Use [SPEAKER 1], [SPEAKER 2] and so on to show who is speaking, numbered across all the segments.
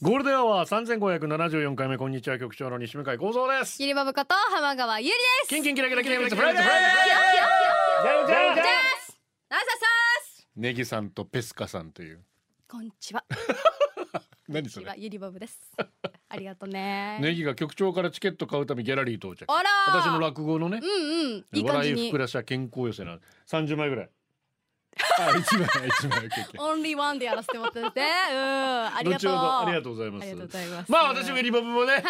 [SPEAKER 1] ゴールデンアワー三千五百七十四回目こんにちは局長の西向井光三です。
[SPEAKER 2] ゆりばぶこと浜川ゆりです。
[SPEAKER 1] キンキンキラキラキラキラキラキラキラキラキラキラキラ
[SPEAKER 2] ナイスナイスナイス
[SPEAKER 1] ネギさんとペスカさんという
[SPEAKER 2] こんにちは。
[SPEAKER 1] 何
[SPEAKER 2] こ
[SPEAKER 1] そ
[SPEAKER 2] んにちは
[SPEAKER 1] れ。
[SPEAKER 2] ゆりばぶです。ありがとね。
[SPEAKER 1] ネギが局長からチケット買うためギャラリー到着。
[SPEAKER 2] あら。
[SPEAKER 1] 私の落語のね
[SPEAKER 2] う、んうん。いい感
[SPEAKER 1] 笑
[SPEAKER 2] じ
[SPEAKER 1] いふ
[SPEAKER 2] に
[SPEAKER 1] く。らしゃ健康寄せな三十枚ぐらい。あ一枚一枚受けて。
[SPEAKER 2] オンリーワンでやらせてもらってて。うん。ありが
[SPEAKER 1] 後
[SPEAKER 2] とう。
[SPEAKER 1] ほどありがとうございま
[SPEAKER 2] あり
[SPEAKER 1] す
[SPEAKER 2] がとうご。ざいます。
[SPEAKER 1] まあ私もエリバブもね、
[SPEAKER 2] はい。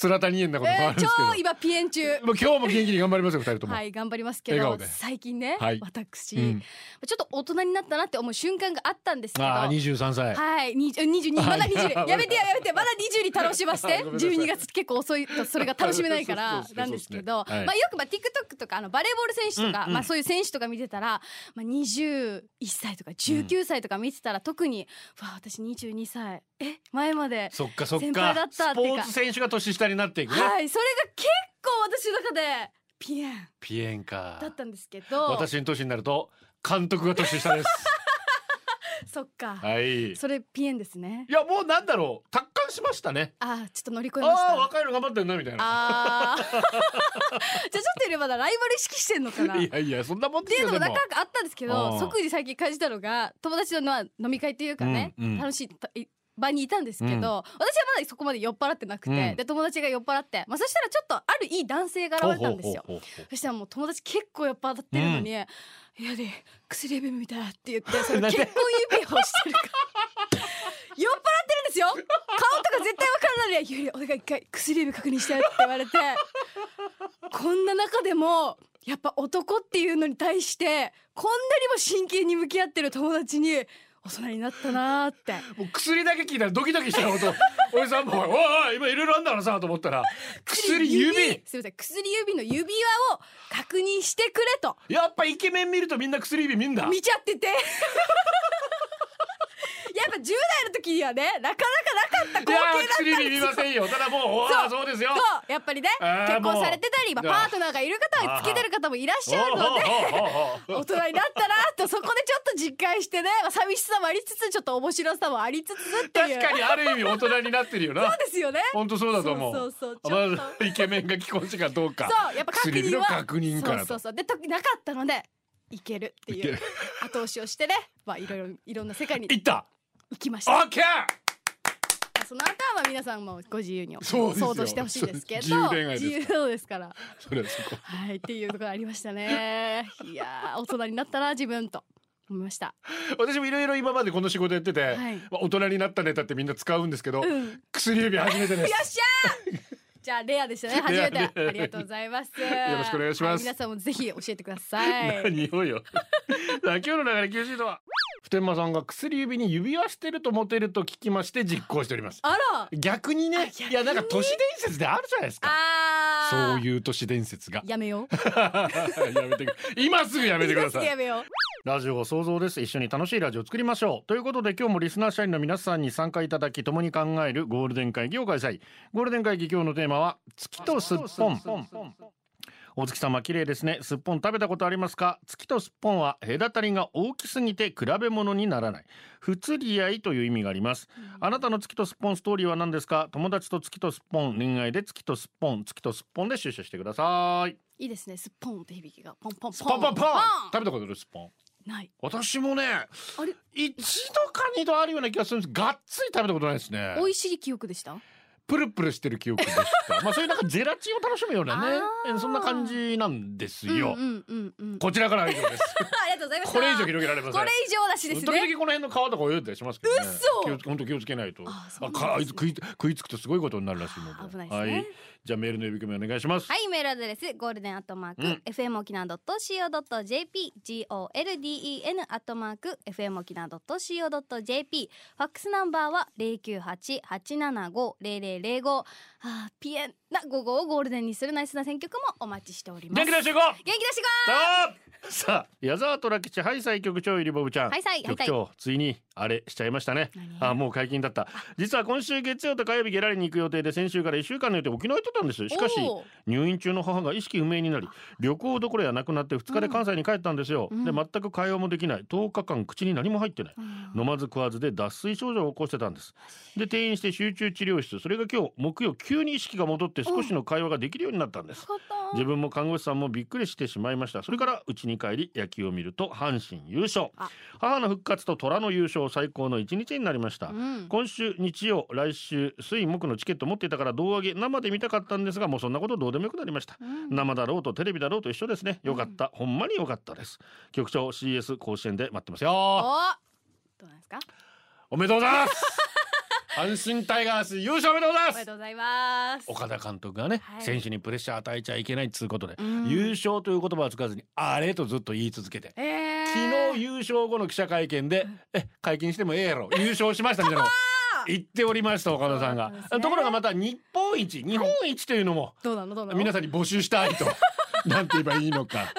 [SPEAKER 1] 辛谷園なこともある
[SPEAKER 2] え
[SPEAKER 1] ん
[SPEAKER 2] ー
[SPEAKER 1] ですけ
[SPEAKER 2] 超
[SPEAKER 1] ど。
[SPEAKER 2] 今ピエン中。
[SPEAKER 1] もう今日も元気に頑張りますよ二人とも。
[SPEAKER 2] はい頑張りますけ
[SPEAKER 1] 笑顔
[SPEAKER 2] ど
[SPEAKER 1] で
[SPEAKER 2] 最近ね、
[SPEAKER 1] はい
[SPEAKER 2] 私、
[SPEAKER 1] うん
[SPEAKER 2] ちょっと大人になったなって思う瞬間があったんですけど
[SPEAKER 1] ああ二十三歳。
[SPEAKER 2] はい、二十二十二まだ 二十やめてよやめてまだ二十に楽しませて
[SPEAKER 1] ごめんなさい
[SPEAKER 2] 十二月結構遅いとそれが楽しめない か
[SPEAKER 1] そう
[SPEAKER 2] ら
[SPEAKER 1] そうそうそう
[SPEAKER 2] なんですけど、
[SPEAKER 1] はい
[SPEAKER 2] まあよくまあ TikTok とかあのバレーボール選手と
[SPEAKER 1] う
[SPEAKER 2] か、
[SPEAKER 1] んうん
[SPEAKER 2] まあそういう選手とか見てたら、まあ二十一歳とか十九歳とか見てたら、特にわあ私二十二歳え前まで
[SPEAKER 1] そっかそっ
[SPEAKER 2] 先輩だ
[SPEAKER 1] か
[SPEAKER 2] っ。
[SPEAKER 1] ス
[SPEAKER 2] たって
[SPEAKER 1] ポ
[SPEAKER 2] いう
[SPEAKER 1] ー
[SPEAKER 2] か
[SPEAKER 1] ツ選手が年下になっていくね。
[SPEAKER 2] はいそれが結構私の中でピエン
[SPEAKER 1] ピエンか。
[SPEAKER 2] だったんですけど
[SPEAKER 1] 私の年になると監督が年 下です。
[SPEAKER 2] そっか、
[SPEAKER 1] はい。い
[SPEAKER 2] それピエンですね
[SPEAKER 1] やもうなんだろう達観しましたね。
[SPEAKER 2] あーちょっと乗り越えまし
[SPEAKER 1] ああ
[SPEAKER 2] た
[SPEAKER 1] 若いの頑張ってるなみたいな。
[SPEAKER 2] あー じゃあちょっとよりまだライバル意識してんのかな。っ
[SPEAKER 1] いやいやそんなもんで
[SPEAKER 2] て
[SPEAKER 1] す
[SPEAKER 2] いう
[SPEAKER 1] よ
[SPEAKER 2] の
[SPEAKER 1] で
[SPEAKER 2] もな
[SPEAKER 1] も
[SPEAKER 2] か。なかあったんですけ
[SPEAKER 1] うん
[SPEAKER 2] ど即時最近感じたのが友達のまあ飲み会っていうかね、
[SPEAKER 1] うんうん
[SPEAKER 2] 楽しいとい場にいたんですけど、
[SPEAKER 1] うん
[SPEAKER 2] 私はまだそこまで酔っ払ってなくて、
[SPEAKER 1] うん
[SPEAKER 2] で友達が酔っ払って、まあ、そしたらちょっとあるいい男性が現れたんですよ。
[SPEAKER 1] ほうほうほうほう
[SPEAKER 2] そしたらもう友達結構酔っ払ってるのに「いやで薬指みたい」って言 ってその
[SPEAKER 1] なんで
[SPEAKER 2] 結婚指輪をしてるから酔っ払ってるんですよ顔とか絶対わからないのに「ゆりお願い一回薬指確認して」って言われてこんな中でもやっぱ男っていうのに対してこんなにも真剣に向き合ってる友達に大人になったなーって
[SPEAKER 1] もう薬だけ聞いたらドキドキしたのと おじさんも「おいおい今いろいろあんだからさ」と思ったら「薬指
[SPEAKER 2] すいません薬指の指輪を確認してくれと
[SPEAKER 1] やっぱイケメン見るとみんな薬指見んだ」
[SPEAKER 2] 見ちゃってて やっぱ10代の時にはねなかなかなかった
[SPEAKER 1] いや
[SPEAKER 2] 光景だったん
[SPEAKER 1] 薬指
[SPEAKER 2] で
[SPEAKER 1] 見
[SPEAKER 2] すよ
[SPEAKER 1] ませんよただもう「おーそうですよ」
[SPEAKER 2] そうやっぱりね
[SPEAKER 1] あー
[SPEAKER 2] 結
[SPEAKER 1] も
[SPEAKER 2] 婚
[SPEAKER 1] う
[SPEAKER 2] されてたり、まあ、パートナーがいる方はつけてる方もいらっしゃるので
[SPEAKER 1] おうおうおうおう
[SPEAKER 2] 大人になったなとそこでちょっと実感してね、まあ、寂しさもありつつちょっと面白さもありつつっていう
[SPEAKER 1] 確かにある意味大人になってるよな
[SPEAKER 2] そうですよね
[SPEAKER 1] 本当そうだと思う
[SPEAKER 2] そうそうそうちょっと
[SPEAKER 1] まずイケメンが既婚者かどうか
[SPEAKER 2] そうやっぱ確
[SPEAKER 1] 薬指
[SPEAKER 2] 認
[SPEAKER 1] の
[SPEAKER 2] は
[SPEAKER 1] 確認からと
[SPEAKER 2] そうそうそうでとなかったのでいけるって
[SPEAKER 1] い
[SPEAKER 2] い
[SPEAKER 1] け
[SPEAKER 2] う
[SPEAKER 1] る
[SPEAKER 2] 後押しをしてねまあいろいろいろんな世界に
[SPEAKER 1] いった
[SPEAKER 2] 行きまし
[SPEAKER 1] オ
[SPEAKER 2] た
[SPEAKER 1] ッケー
[SPEAKER 2] その後はまあ皆さんもご自由に
[SPEAKER 1] そうですよ
[SPEAKER 2] 想像してほしいですけど
[SPEAKER 1] 自由恋愛ですから
[SPEAKER 2] 自由ですから
[SPEAKER 1] それはそこ
[SPEAKER 2] はいっていうのがありました ねいやー大人になったな自分と思いました
[SPEAKER 1] 私もいろいろ今までこの仕事やってて、
[SPEAKER 2] はい
[SPEAKER 1] まあ、大人になったネタってみんな使うんですけど、
[SPEAKER 2] うんよ
[SPEAKER 1] 薬指初めてで
[SPEAKER 2] っ
[SPEAKER 1] す
[SPEAKER 2] しゃーじゃあレアでしたね初
[SPEAKER 1] レア
[SPEAKER 2] めて
[SPEAKER 1] レア
[SPEAKER 2] ありがとうございます
[SPEAKER 1] よろしくお願いします
[SPEAKER 2] は皆さんもぜひ教えてください
[SPEAKER 1] 何をよさあ今日の流れ休止とは普天間さんが薬指に指輪してるとモテると聞きまして実行しております
[SPEAKER 2] あら
[SPEAKER 1] 逆にねいやなんか都市伝説であるじゃないですか
[SPEAKER 2] あ
[SPEAKER 1] そう
[SPEAKER 2] う
[SPEAKER 1] いう都市伝説が
[SPEAKER 2] やめよう
[SPEAKER 1] やめてく今すぐやめてください
[SPEAKER 2] やめよう
[SPEAKER 1] ラジオは想像です一緒に楽しいラジオを作りましょうということで今日もリスナー社員の皆さんに参加いただき共に考えるゴールデン会議を開催ゴールデン会議今日のテーマは月とすっぽんお月様綺麗ですねすっぽん食べたことありますか月とすっぽんは隔たりが大きすぎて比べ物にならない不釣り合いという意味がありますあなたの月とすっぽんストーリーは何ですか友達と月とすっぽん恋愛で月とすっぽん月とすっぽんで出社してください
[SPEAKER 2] いいですねすっぽんって響きがポンポンポン
[SPEAKER 1] スポンポンポン食べたことあるすっぽん
[SPEAKER 2] ない
[SPEAKER 1] 私もね
[SPEAKER 2] あれ
[SPEAKER 1] 一度か二度あるような気がするんですがっつり食べたことないですね
[SPEAKER 2] 美味しい記憶でした
[SPEAKER 1] プルプルしてる記憶で したまあそういうなんかゼラチンを楽しむようなね
[SPEAKER 2] あー
[SPEAKER 1] えそんな感じなんです
[SPEAKER 2] うんう
[SPEAKER 1] よ、
[SPEAKER 2] んうんうん
[SPEAKER 1] こちらからは以上です
[SPEAKER 2] ありがと
[SPEAKER 3] と
[SPEAKER 2] うござい
[SPEAKER 3] うございました
[SPEAKER 1] これ以上広げられません
[SPEAKER 3] これ以上なしです
[SPEAKER 1] 時々
[SPEAKER 3] ね
[SPEAKER 1] この辺の皮とか泳いでたりしますけどね
[SPEAKER 3] 嘘
[SPEAKER 1] 気をつ本当気をつけないと
[SPEAKER 3] あそう
[SPEAKER 1] あ
[SPEAKER 3] なんですね
[SPEAKER 1] かあいつ食い食いつくとすごいことになるらしいの
[SPEAKER 3] あ
[SPEAKER 1] で
[SPEAKER 3] 危ないですね
[SPEAKER 1] はい、じゃあメールの呼び込みお願いします、
[SPEAKER 2] はい、メールアドレス、ゴールデンアットマーク、
[SPEAKER 1] うん
[SPEAKER 2] FM 沖縄 .co.jp、golden アットマーク、FM 沖縄 .co.jp、ファックスナンバーは098-875-0005、はあ、ピエンな午後をゴールデンにするナイスな選曲もお待ちしております。
[SPEAKER 1] 元気出していこう
[SPEAKER 2] 元気出していこ
[SPEAKER 1] さあさあ矢沢虎吉ハイサイ局長ゆりぼぶちゃん、
[SPEAKER 2] ハイサイハイ
[SPEAKER 1] 局
[SPEAKER 2] サイ
[SPEAKER 1] 長ついにあれしちゃいましたね
[SPEAKER 2] 何
[SPEAKER 1] あもう解禁だった実は今週月曜と火曜日ゲラリに行く予定で先週から1週間の予定沖縄行ってたんですしかし
[SPEAKER 3] おー
[SPEAKER 1] 入院中の母が意識不明になり旅行どころやなくなって2日で関西に帰ったんですよ、
[SPEAKER 2] うん
[SPEAKER 1] で全く会話もできない10日間口に何も入ってない、飲まず食わずで脱水症状を起こしてたんですで転院して集中治療室それが今日木曜急に意識が戻って少しの会話ができるようになったんです、自分も看護師さんもびっくりしてしまいましたそれから家に帰り野球を見ると阪神優勝
[SPEAKER 2] あ
[SPEAKER 1] 母の復活と虎の優勝最高の一日になりました、
[SPEAKER 2] ううん。
[SPEAKER 1] 今週日曜来週水木のチケット持っていたから胴上げ生で見たかったんですがもうそんなことどうでもよくなりました、
[SPEAKER 2] うん
[SPEAKER 1] 生だろうとテレビだろうと一緒ですねよかった、ほんまによかったです局長 CS 甲子園で待ってます
[SPEAKER 3] お
[SPEAKER 1] よ
[SPEAKER 3] どうなんですか
[SPEAKER 1] おめでとうございます 阪神タイガース優勝おめでとうござい
[SPEAKER 3] おめ
[SPEAKER 1] ます
[SPEAKER 3] でとうございます
[SPEAKER 1] 岡田監督がね、
[SPEAKER 3] はい
[SPEAKER 1] 選手にプレッシャー与えちゃいけないっつうことで、
[SPEAKER 2] うん
[SPEAKER 1] 優勝という言葉は使わずにあれとずっと言い続けて、
[SPEAKER 3] えー、
[SPEAKER 1] 昨日優勝後の記者会見で「え解禁してもええやろ優勝しました」みた いなのを言っておりました岡田さんが
[SPEAKER 3] そうなんですね
[SPEAKER 1] ところがまた日本一日本一というのも
[SPEAKER 3] どうなのどうなの
[SPEAKER 1] 皆さんに募集し たいとなんて言えばいいのか
[SPEAKER 3] うんうん
[SPEAKER 1] っ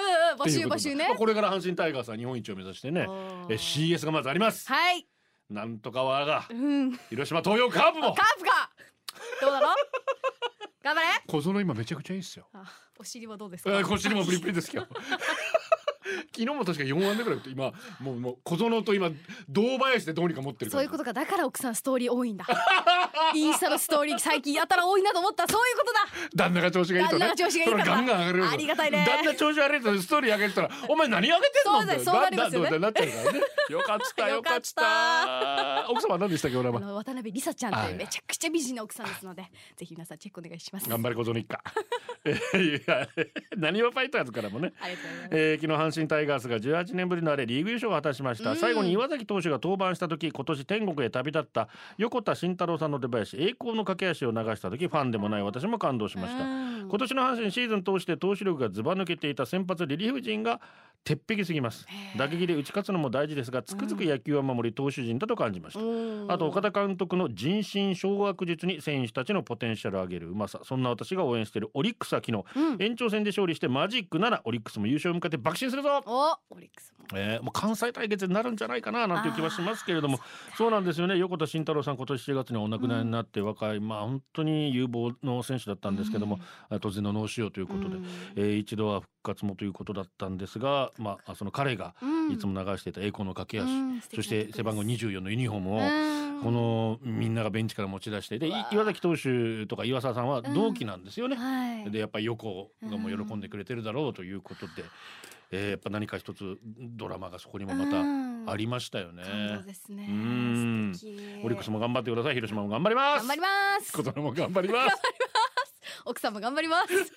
[SPEAKER 3] 募
[SPEAKER 1] ていう
[SPEAKER 3] 集
[SPEAKER 1] こ
[SPEAKER 3] 募
[SPEAKER 1] とで
[SPEAKER 3] 集ね
[SPEAKER 1] まあこれから阪神タイガースは日本一を目指してね
[SPEAKER 3] おー
[SPEAKER 1] え CS がまずあります
[SPEAKER 3] はい
[SPEAKER 1] なんとか我が
[SPEAKER 3] うん
[SPEAKER 1] 広島東洋カープも
[SPEAKER 3] カープかどうなの頑張れ
[SPEAKER 1] 小園今めちゃくちゃいいっすよ
[SPEAKER 3] あお尻はどうです
[SPEAKER 1] え
[SPEAKER 3] か
[SPEAKER 1] ー、こっちにもプリプリです けど昨日も確か4安打ぐらい打って今もうもう小園と今堂林でどうにか持ってるか
[SPEAKER 3] そう
[SPEAKER 1] ら
[SPEAKER 3] いうことかだから奥さんストーリー多 いんだインスタのストーリー最近やたら多いなと思ったそういうことだ
[SPEAKER 1] 旦那が調子がいいと
[SPEAKER 3] 旦
[SPEAKER 1] ね
[SPEAKER 3] 那が調子がいいから
[SPEAKER 1] それガンガン上がれる
[SPEAKER 3] ありがたいね
[SPEAKER 1] 旦那調子悪いとストーリー上げてたら「お前何上げてんの?」
[SPEAKER 3] そうだよ
[SPEAKER 1] って
[SPEAKER 3] そうなりますよね
[SPEAKER 1] だだだだなっちゃうからね よ かったよかった奥様は何でしたっけお名
[SPEAKER 3] あ
[SPEAKER 1] 前
[SPEAKER 3] の渡辺梨沙ちゃんと
[SPEAKER 1] はい
[SPEAKER 3] いうめちゃくちゃ美人な奥さんですのでぜひ皆さんチェックお願いします
[SPEAKER 1] 頑張れ小園一家 えいや 何をファイターズからもね
[SPEAKER 3] ありがとうございます
[SPEAKER 1] えー昨日阪神タイガースが18年ぶりのあれリーグ優勝を果たしました、
[SPEAKER 3] うん
[SPEAKER 1] 最後に岩崎投手が登板した時今年天国へ旅立った横田慎太郎さんの出囃子栄光の駆け足を流した時ファンでもない私も感動しました、
[SPEAKER 3] うん
[SPEAKER 1] 今年の阪神シーズン通して投手力がずば抜けていた先発リリーフ陣が鉄壁すぎます
[SPEAKER 3] へー
[SPEAKER 1] 打撃で打ち勝つのも大事ですがつくづく野球は守り投手陣だと感じました、
[SPEAKER 3] うん
[SPEAKER 1] あと岡田監督の人心掌握術に選手たちのポテンシャルを上げるうまさそんな私が応援しているオリックスは昨日、
[SPEAKER 3] うん
[SPEAKER 1] 延長戦で勝利してマジック7オリックスも優勝を向かって爆心するぞ
[SPEAKER 3] おオリックスも
[SPEAKER 1] えーもう関西対決になるんじゃないかななんていう気はしますけれどもそうなんですよね横田慎太郎さん今年7月にお亡くなりになって若い、まあ本当に有望の選手だったんですけども、あ突然の脳腫瘍ということで、
[SPEAKER 3] うん
[SPEAKER 1] えー一度は復活もということだったんですが、まあ、その彼が
[SPEAKER 3] うん
[SPEAKER 1] いつも流していた栄光の駆け足、
[SPEAKER 3] うん素敵な
[SPEAKER 1] そし
[SPEAKER 3] 曲
[SPEAKER 1] て
[SPEAKER 3] です
[SPEAKER 1] 背番号24のユニフォームを、
[SPEAKER 3] うん
[SPEAKER 1] このみんながベンチから持ち出してでい岩崎投手とか岩沢さんは同期なんですよね。
[SPEAKER 3] はい
[SPEAKER 1] でやっぱり横がもう喜んでくれてるだろうということで、えーやっぱ何か一つドラマがそこにもま
[SPEAKER 3] うん
[SPEAKER 1] たありましたよね。
[SPEAKER 3] 感動ですね
[SPEAKER 1] うん
[SPEAKER 3] 素敵
[SPEAKER 1] オリックスも頑張ってください広島も頑張りま
[SPEAKER 3] 頑
[SPEAKER 1] す
[SPEAKER 3] 張ります
[SPEAKER 1] 子供も頑張り ます
[SPEAKER 3] 奥さんも頑張ります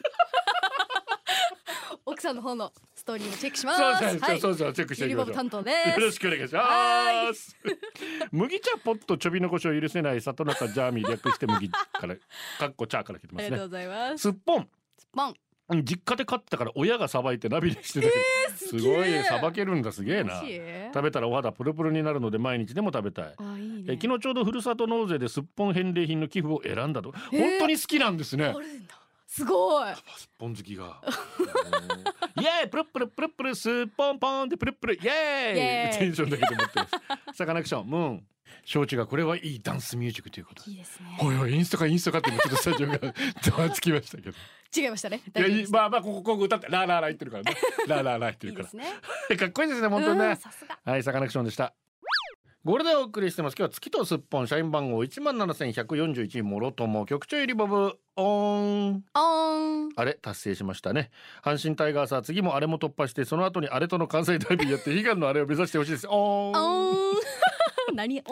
[SPEAKER 3] 奥さんの方のストーリーもチェックします
[SPEAKER 1] そうそう
[SPEAKER 3] はい
[SPEAKER 1] そうそうチェックして
[SPEAKER 3] ゆり
[SPEAKER 1] いきま
[SPEAKER 3] ぼ
[SPEAKER 1] しょ
[SPEAKER 3] ぶ担
[SPEAKER 1] う
[SPEAKER 3] 当で
[SPEAKER 1] よろ
[SPEAKER 3] す
[SPEAKER 1] しくお願いします。 麦茶ポットちょび残しを許せない里中ジャーミー略して麦 から、かっこチャーから来てま
[SPEAKER 3] あり
[SPEAKER 1] す
[SPEAKER 3] がとうご
[SPEAKER 1] ね。
[SPEAKER 3] ざいます
[SPEAKER 1] すっぽん。
[SPEAKER 3] ボン
[SPEAKER 1] うん実家で飼ってたから親がさばいてナビでしてたけど、
[SPEAKER 3] げえ
[SPEAKER 1] すごいさばけるんだすげえな
[SPEAKER 3] 美味しい
[SPEAKER 1] 食べたらお肌プルプルになるので毎日でも食べたい、
[SPEAKER 3] あいい
[SPEAKER 1] え
[SPEAKER 3] ね
[SPEAKER 1] 昨日ちょうどふるさと納税ですっぽん返礼品の寄付を選んだと、本当に好きなんですね
[SPEAKER 3] あるんだすごい
[SPEAKER 1] すっぽん好きがイエーイプルプルプルプルすっぽんぽんってプルプルイエーイ
[SPEAKER 3] イエーイ
[SPEAKER 1] テンションだけで持ってますサカナクションムーン承知がこれはいいダンスミュージックということ
[SPEAKER 3] いいですね
[SPEAKER 1] おいおいインスタかインスタかって今ちょっとスタジオがざわつきましたけど
[SPEAKER 3] 違いましたね
[SPEAKER 1] い
[SPEAKER 3] 大
[SPEAKER 1] や
[SPEAKER 3] 丈夫
[SPEAKER 1] い
[SPEAKER 3] で
[SPEAKER 1] い
[SPEAKER 3] した
[SPEAKER 1] まあまあここここ歌ってラーラーラー言ってるからねラーラーラー言って
[SPEAKER 3] い
[SPEAKER 1] る
[SPEAKER 3] い
[SPEAKER 1] か
[SPEAKER 3] で
[SPEAKER 1] ら
[SPEAKER 3] すね
[SPEAKER 1] かっこいいですね本当に
[SPEAKER 3] うん
[SPEAKER 1] ね
[SPEAKER 3] さすが
[SPEAKER 1] はいサカナクションでしたゴールデンをお送りしてます今日は月とすっぽん社員番号一万七千百四十一もろとも局長ゆりボブオーン
[SPEAKER 3] オン
[SPEAKER 1] あれ達成しましたね阪神タイガースは次も あれも突破してその後にあれとの関西ダービーやって悲願のあれを目指してほしいですオーン
[SPEAKER 3] オン
[SPEAKER 4] 何お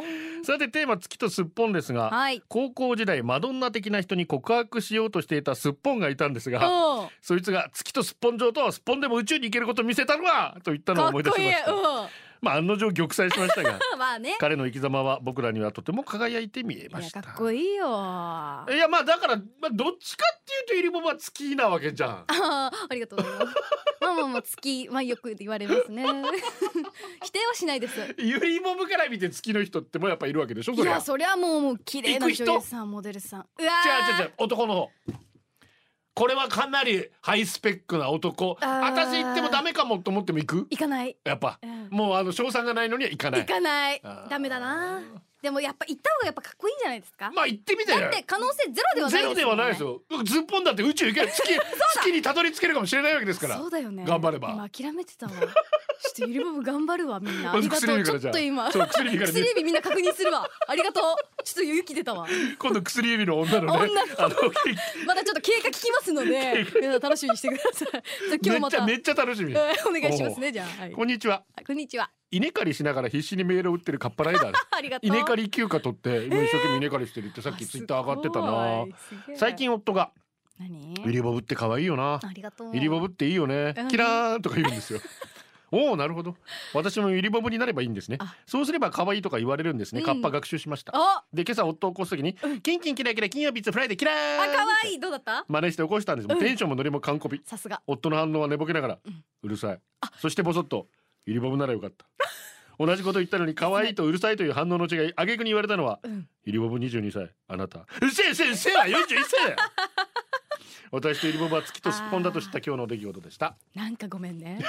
[SPEAKER 1] さてテーマ月とすっぽんですが、
[SPEAKER 4] はい
[SPEAKER 1] 高校時代マドンナ的な人に告白しようとしていたすっぽんがいたんですが、
[SPEAKER 2] おう
[SPEAKER 1] そいつが月とすっぽん上とすっぽんでも宇宙に行けることを見せたるわと言ったのを
[SPEAKER 2] かっ
[SPEAKER 1] 思い出
[SPEAKER 2] こ
[SPEAKER 1] し
[SPEAKER 2] いい
[SPEAKER 1] ました
[SPEAKER 2] うん
[SPEAKER 1] まあ案の定玉砕しましたが
[SPEAKER 4] まあね
[SPEAKER 1] 彼の生き様は僕らにはとても輝いて見えま
[SPEAKER 2] いや
[SPEAKER 1] し
[SPEAKER 2] か
[SPEAKER 1] た
[SPEAKER 2] っこいいよあ
[SPEAKER 1] いやまあだから、まあ、どっちかっていうとゆりもま月なわけじゃん
[SPEAKER 4] あーありがとうござい ますまあまあまあ月まあよく言われますね否定はしないです
[SPEAKER 1] ゆりもむから見て月の人ってもやっぱいるわけでしょそ
[SPEAKER 2] い
[SPEAKER 1] りゃ
[SPEAKER 2] やそりゃもうもう綺麗
[SPEAKER 1] 行
[SPEAKER 2] な
[SPEAKER 1] く人
[SPEAKER 2] 女優さんモデルさんうわ
[SPEAKER 1] 違う違う違う男の方これはかなりハイスペックな男
[SPEAKER 2] あー
[SPEAKER 1] 私行ってもダメかもと思っても行く
[SPEAKER 2] 行かない、
[SPEAKER 1] やっぱ
[SPEAKER 2] うん
[SPEAKER 1] もうあの賞賛がないのには行かない
[SPEAKER 2] 行かない
[SPEAKER 1] あー
[SPEAKER 4] ダメだなでもやっぱ行った方がやっぱかっこいいんじゃないですか、
[SPEAKER 1] まあ行ってみて
[SPEAKER 4] だって可能性ゼロではな
[SPEAKER 1] ゼ
[SPEAKER 4] いですも
[SPEAKER 1] ロ
[SPEAKER 4] んね
[SPEAKER 1] ではないですよズッポンだって宇宙行けば 月月にたどり着けるかもしれないわけですから
[SPEAKER 2] そうだよね
[SPEAKER 1] 頑張れば
[SPEAKER 2] 今諦めてたわちょっとゆりぼぶ頑張るわみんなありがと
[SPEAKER 1] まず薬指
[SPEAKER 2] うち
[SPEAKER 1] か
[SPEAKER 2] ょ
[SPEAKER 1] ら
[SPEAKER 2] っ
[SPEAKER 1] じゃあ
[SPEAKER 2] と今
[SPEAKER 1] そう薬指からね
[SPEAKER 2] 薬指みんな確認するわありがとうちょっと勇気出たわ
[SPEAKER 1] 今度薬指の女のね
[SPEAKER 2] 女の
[SPEAKER 1] あの
[SPEAKER 2] またちょっと経過聞きます ので皆さん楽しみにしてくださいじゃあ今日
[SPEAKER 1] めっ
[SPEAKER 2] ま
[SPEAKER 1] ちゃ
[SPEAKER 2] た
[SPEAKER 1] めっちゃ楽しみ、
[SPEAKER 2] え ーお願いしますねじゃあ、はい、
[SPEAKER 1] こんにちは
[SPEAKER 2] あこんにちは
[SPEAKER 1] 稲刈りしながら必死にメールを打ってるカッパライダーです
[SPEAKER 2] ありがとう
[SPEAKER 1] 稲刈り休暇取ってもう一生懸命稲刈りしてるってさっきツイッター上がってたな最近夫が
[SPEAKER 2] 何
[SPEAKER 1] 「ウィリボブって可愛いよな」
[SPEAKER 4] ありがとう
[SPEAKER 1] ウィリボブっていいよね
[SPEAKER 2] うん。
[SPEAKER 1] キラーンとか言うん ですよ。おお、なるほど。私もウィリボブになればいいんですね
[SPEAKER 2] あ。
[SPEAKER 1] そうすれば可愛いとか言われるんですね。
[SPEAKER 2] うん
[SPEAKER 1] カッパ学習しました。
[SPEAKER 2] あ
[SPEAKER 1] で、今朝夫を起こすときに、キンキンキラキラ金曜日っつフライデーキラーン
[SPEAKER 2] あ可愛いどうだった
[SPEAKER 1] 真似して起こしたんです。もうテンションもノリも完コピ。
[SPEAKER 2] さすが
[SPEAKER 1] 夫の反応は寝ぼけながら、うるさい。そしてボソッと、ウィリボブならよかった。 同じこと言ったのに可愛いとうるさいという反応の違い、挙句に言われたのは、
[SPEAKER 2] うん
[SPEAKER 1] イリボブ22歳あなたうっせえうっせえうっせえは41歳だ よ私とイリボブは月とすっぽんだと知った今日の出来事でした
[SPEAKER 2] なんかごめ んね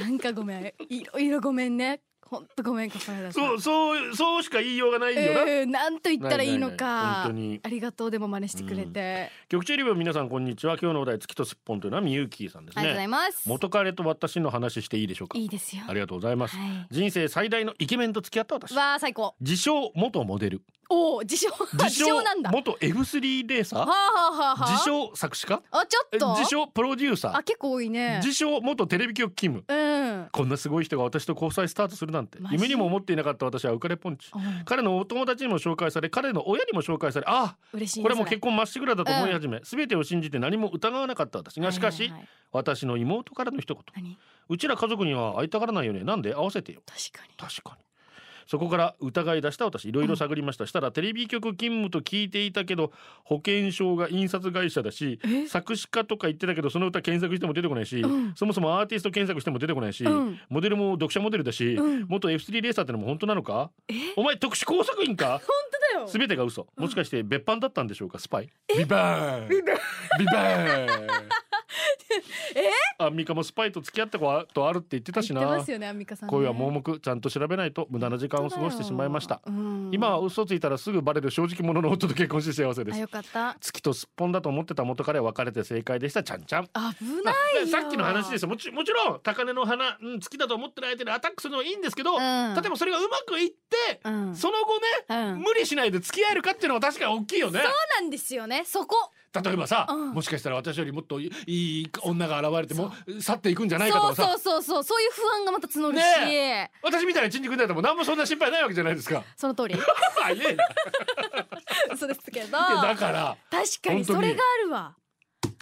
[SPEAKER 2] なんかごめんいろいろごめんねほんとごめんカパラダさん
[SPEAKER 1] そうそうそうしか言いようがないよな、
[SPEAKER 2] えーなんと言ったらいいの
[SPEAKER 1] ないないない
[SPEAKER 2] か
[SPEAKER 1] 本当に
[SPEAKER 2] ありがとうでも真似してくれて、
[SPEAKER 1] 局長イリボブ皆さんこんにちは今日のお題月とすっぽんというのはみゆきさんです
[SPEAKER 4] ありがとうござ
[SPEAKER 1] ね
[SPEAKER 4] います
[SPEAKER 1] 元彼と私の話していいでしょうか
[SPEAKER 2] いいですよ
[SPEAKER 1] ありがとうございます、
[SPEAKER 4] は
[SPEAKER 1] 人生最大のイケメンと付き合った私
[SPEAKER 2] いわあ最高
[SPEAKER 1] 自称元モデル
[SPEAKER 2] おお自称自称なんだは
[SPEAKER 1] 元 F3 レーサ
[SPEAKER 2] あ、
[SPEAKER 1] ー
[SPEAKER 2] はあはあはあ、
[SPEAKER 1] 自称作詞家
[SPEAKER 2] あちょっ
[SPEAKER 1] え
[SPEAKER 2] と
[SPEAKER 1] 自称プロデューサ
[SPEAKER 2] あ結構多い
[SPEAKER 1] ー
[SPEAKER 2] ね
[SPEAKER 1] 自称元テレビ局勤務
[SPEAKER 2] うん
[SPEAKER 1] こんなすごい人が私と交際スタートするなんて
[SPEAKER 2] マジ
[SPEAKER 1] 夢にも思っていなかった私は浮かれポンチ
[SPEAKER 2] うん
[SPEAKER 1] 彼のお友達にも紹介され彼の親にも紹介されあ
[SPEAKER 2] 嬉しい
[SPEAKER 1] あ
[SPEAKER 2] ね
[SPEAKER 1] これもう
[SPEAKER 2] そ
[SPEAKER 1] 結婚まっしぐらだと思い始め、全てを信じて何も疑わなかった私がしかし、
[SPEAKER 2] はいはいはい
[SPEAKER 1] 私の妹からの一言
[SPEAKER 2] 何
[SPEAKER 1] うちら家族には会いたがらないよねなんで会わせてよ
[SPEAKER 2] 確かに
[SPEAKER 1] 確かにそこから疑い出した私いろいろ探りました、したらテレビ局勤務と聞いていたけど保険証が印刷会社だし
[SPEAKER 2] え
[SPEAKER 1] 作詞家とか言ってたけどその歌検索しても出てこないし、
[SPEAKER 2] うん
[SPEAKER 1] そもそもアーティスト検索しても出てこないし、
[SPEAKER 2] うん
[SPEAKER 1] モデルも読者モデルだし、
[SPEAKER 2] うん
[SPEAKER 1] 元 F3 レーサーってのも本当なのかお前特殊工作員 か
[SPEAKER 2] 本当だよ
[SPEAKER 1] 全てが嘘もしかして別班だったんでしょうかスパイビバーンビバ ーンアンミカもスパイと付き合ったことあるって言ってたし
[SPEAKER 2] 言って
[SPEAKER 1] な
[SPEAKER 2] ますよねアンミカさんね
[SPEAKER 1] 恋は盲目ちゃんと調べないと無駄な時間を過ごしてしまいました
[SPEAKER 2] 本当だようん
[SPEAKER 1] 今は嘘ついたらすぐバレる正直者の夫と結婚して幸せで
[SPEAKER 2] あ
[SPEAKER 1] す
[SPEAKER 2] よかった
[SPEAKER 1] 月とすっぽんだと思ってた元彼は別れて正解でしたちゃんちゃん
[SPEAKER 2] 危
[SPEAKER 1] ま
[SPEAKER 2] な
[SPEAKER 1] あ
[SPEAKER 2] いよ
[SPEAKER 1] さっきの話ですよもちもちろん高根の花、うん、好きだと思ってる相手にアタックするのはいいんですけど、
[SPEAKER 4] ん
[SPEAKER 1] 例えばそれがうまくいって、
[SPEAKER 4] うん
[SPEAKER 1] その後
[SPEAKER 2] う
[SPEAKER 1] ね、
[SPEAKER 2] ん
[SPEAKER 1] 無理しないで付き合えるかっていうのは確かに大きいよね
[SPEAKER 4] そうなんですよねそこ
[SPEAKER 1] 例えばさ、
[SPEAKER 2] うん
[SPEAKER 1] もしかしたら私よりもっといいい女が現れても去っていくんじゃないかと
[SPEAKER 4] そ
[SPEAKER 1] か
[SPEAKER 4] うそう
[SPEAKER 1] さ
[SPEAKER 4] そうそうそういう不安がまた募るし、
[SPEAKER 1] 私みたいなチンジクだとも何もそんな心配ないわけじゃないですか
[SPEAKER 2] その通 り
[SPEAKER 1] 早いないや
[SPEAKER 2] 嘘ですけど
[SPEAKER 1] だ
[SPEAKER 2] 確
[SPEAKER 1] から
[SPEAKER 2] か
[SPEAKER 1] 本
[SPEAKER 2] に
[SPEAKER 1] 当に
[SPEAKER 2] それがあるわ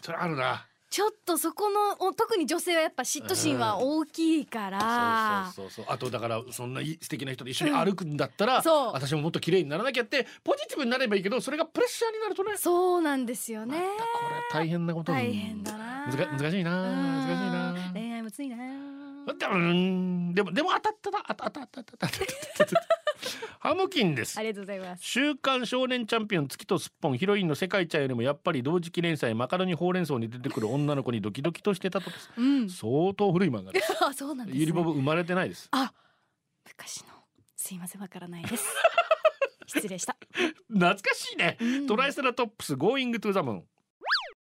[SPEAKER 1] それあるな
[SPEAKER 2] ちょっとそこのお特に女性はやっぱ嫉妬心は大きいから、
[SPEAKER 1] そうそうそうそうあとだからそんないい素敵な人と一緒に歩くんだったら、
[SPEAKER 2] んそう
[SPEAKER 1] 私ももっと綺麗にならなきゃってポジティブになればいいけどそれがプレッシャーになるとね
[SPEAKER 2] そうなんですよね、
[SPEAKER 1] またこれは大変なことに
[SPEAKER 2] 大変だな
[SPEAKER 1] むずか難しいな
[SPEAKER 2] うん
[SPEAKER 1] 難しいな
[SPEAKER 2] 恋愛もついな
[SPEAKER 1] でもうーんでもでも当たったな当たった当たった当たった当たった当たっ たハムキンです
[SPEAKER 2] ありがとうございます
[SPEAKER 1] 週刊少年チャンピオン月とすっぽんヒロインの世界ちゃんよりもやっぱり同時期連載マカロニほうれん草に出てくる女の子にドキドキとしてたとです
[SPEAKER 2] う ん
[SPEAKER 1] 相当古い漫画です
[SPEAKER 2] あそうなんです、ね、
[SPEAKER 1] ゆりぼぶ生まれてないです
[SPEAKER 2] あ昔のすいませんわからないです 失礼した
[SPEAKER 1] 懐かしいね、トライセラトップス Going to the Moon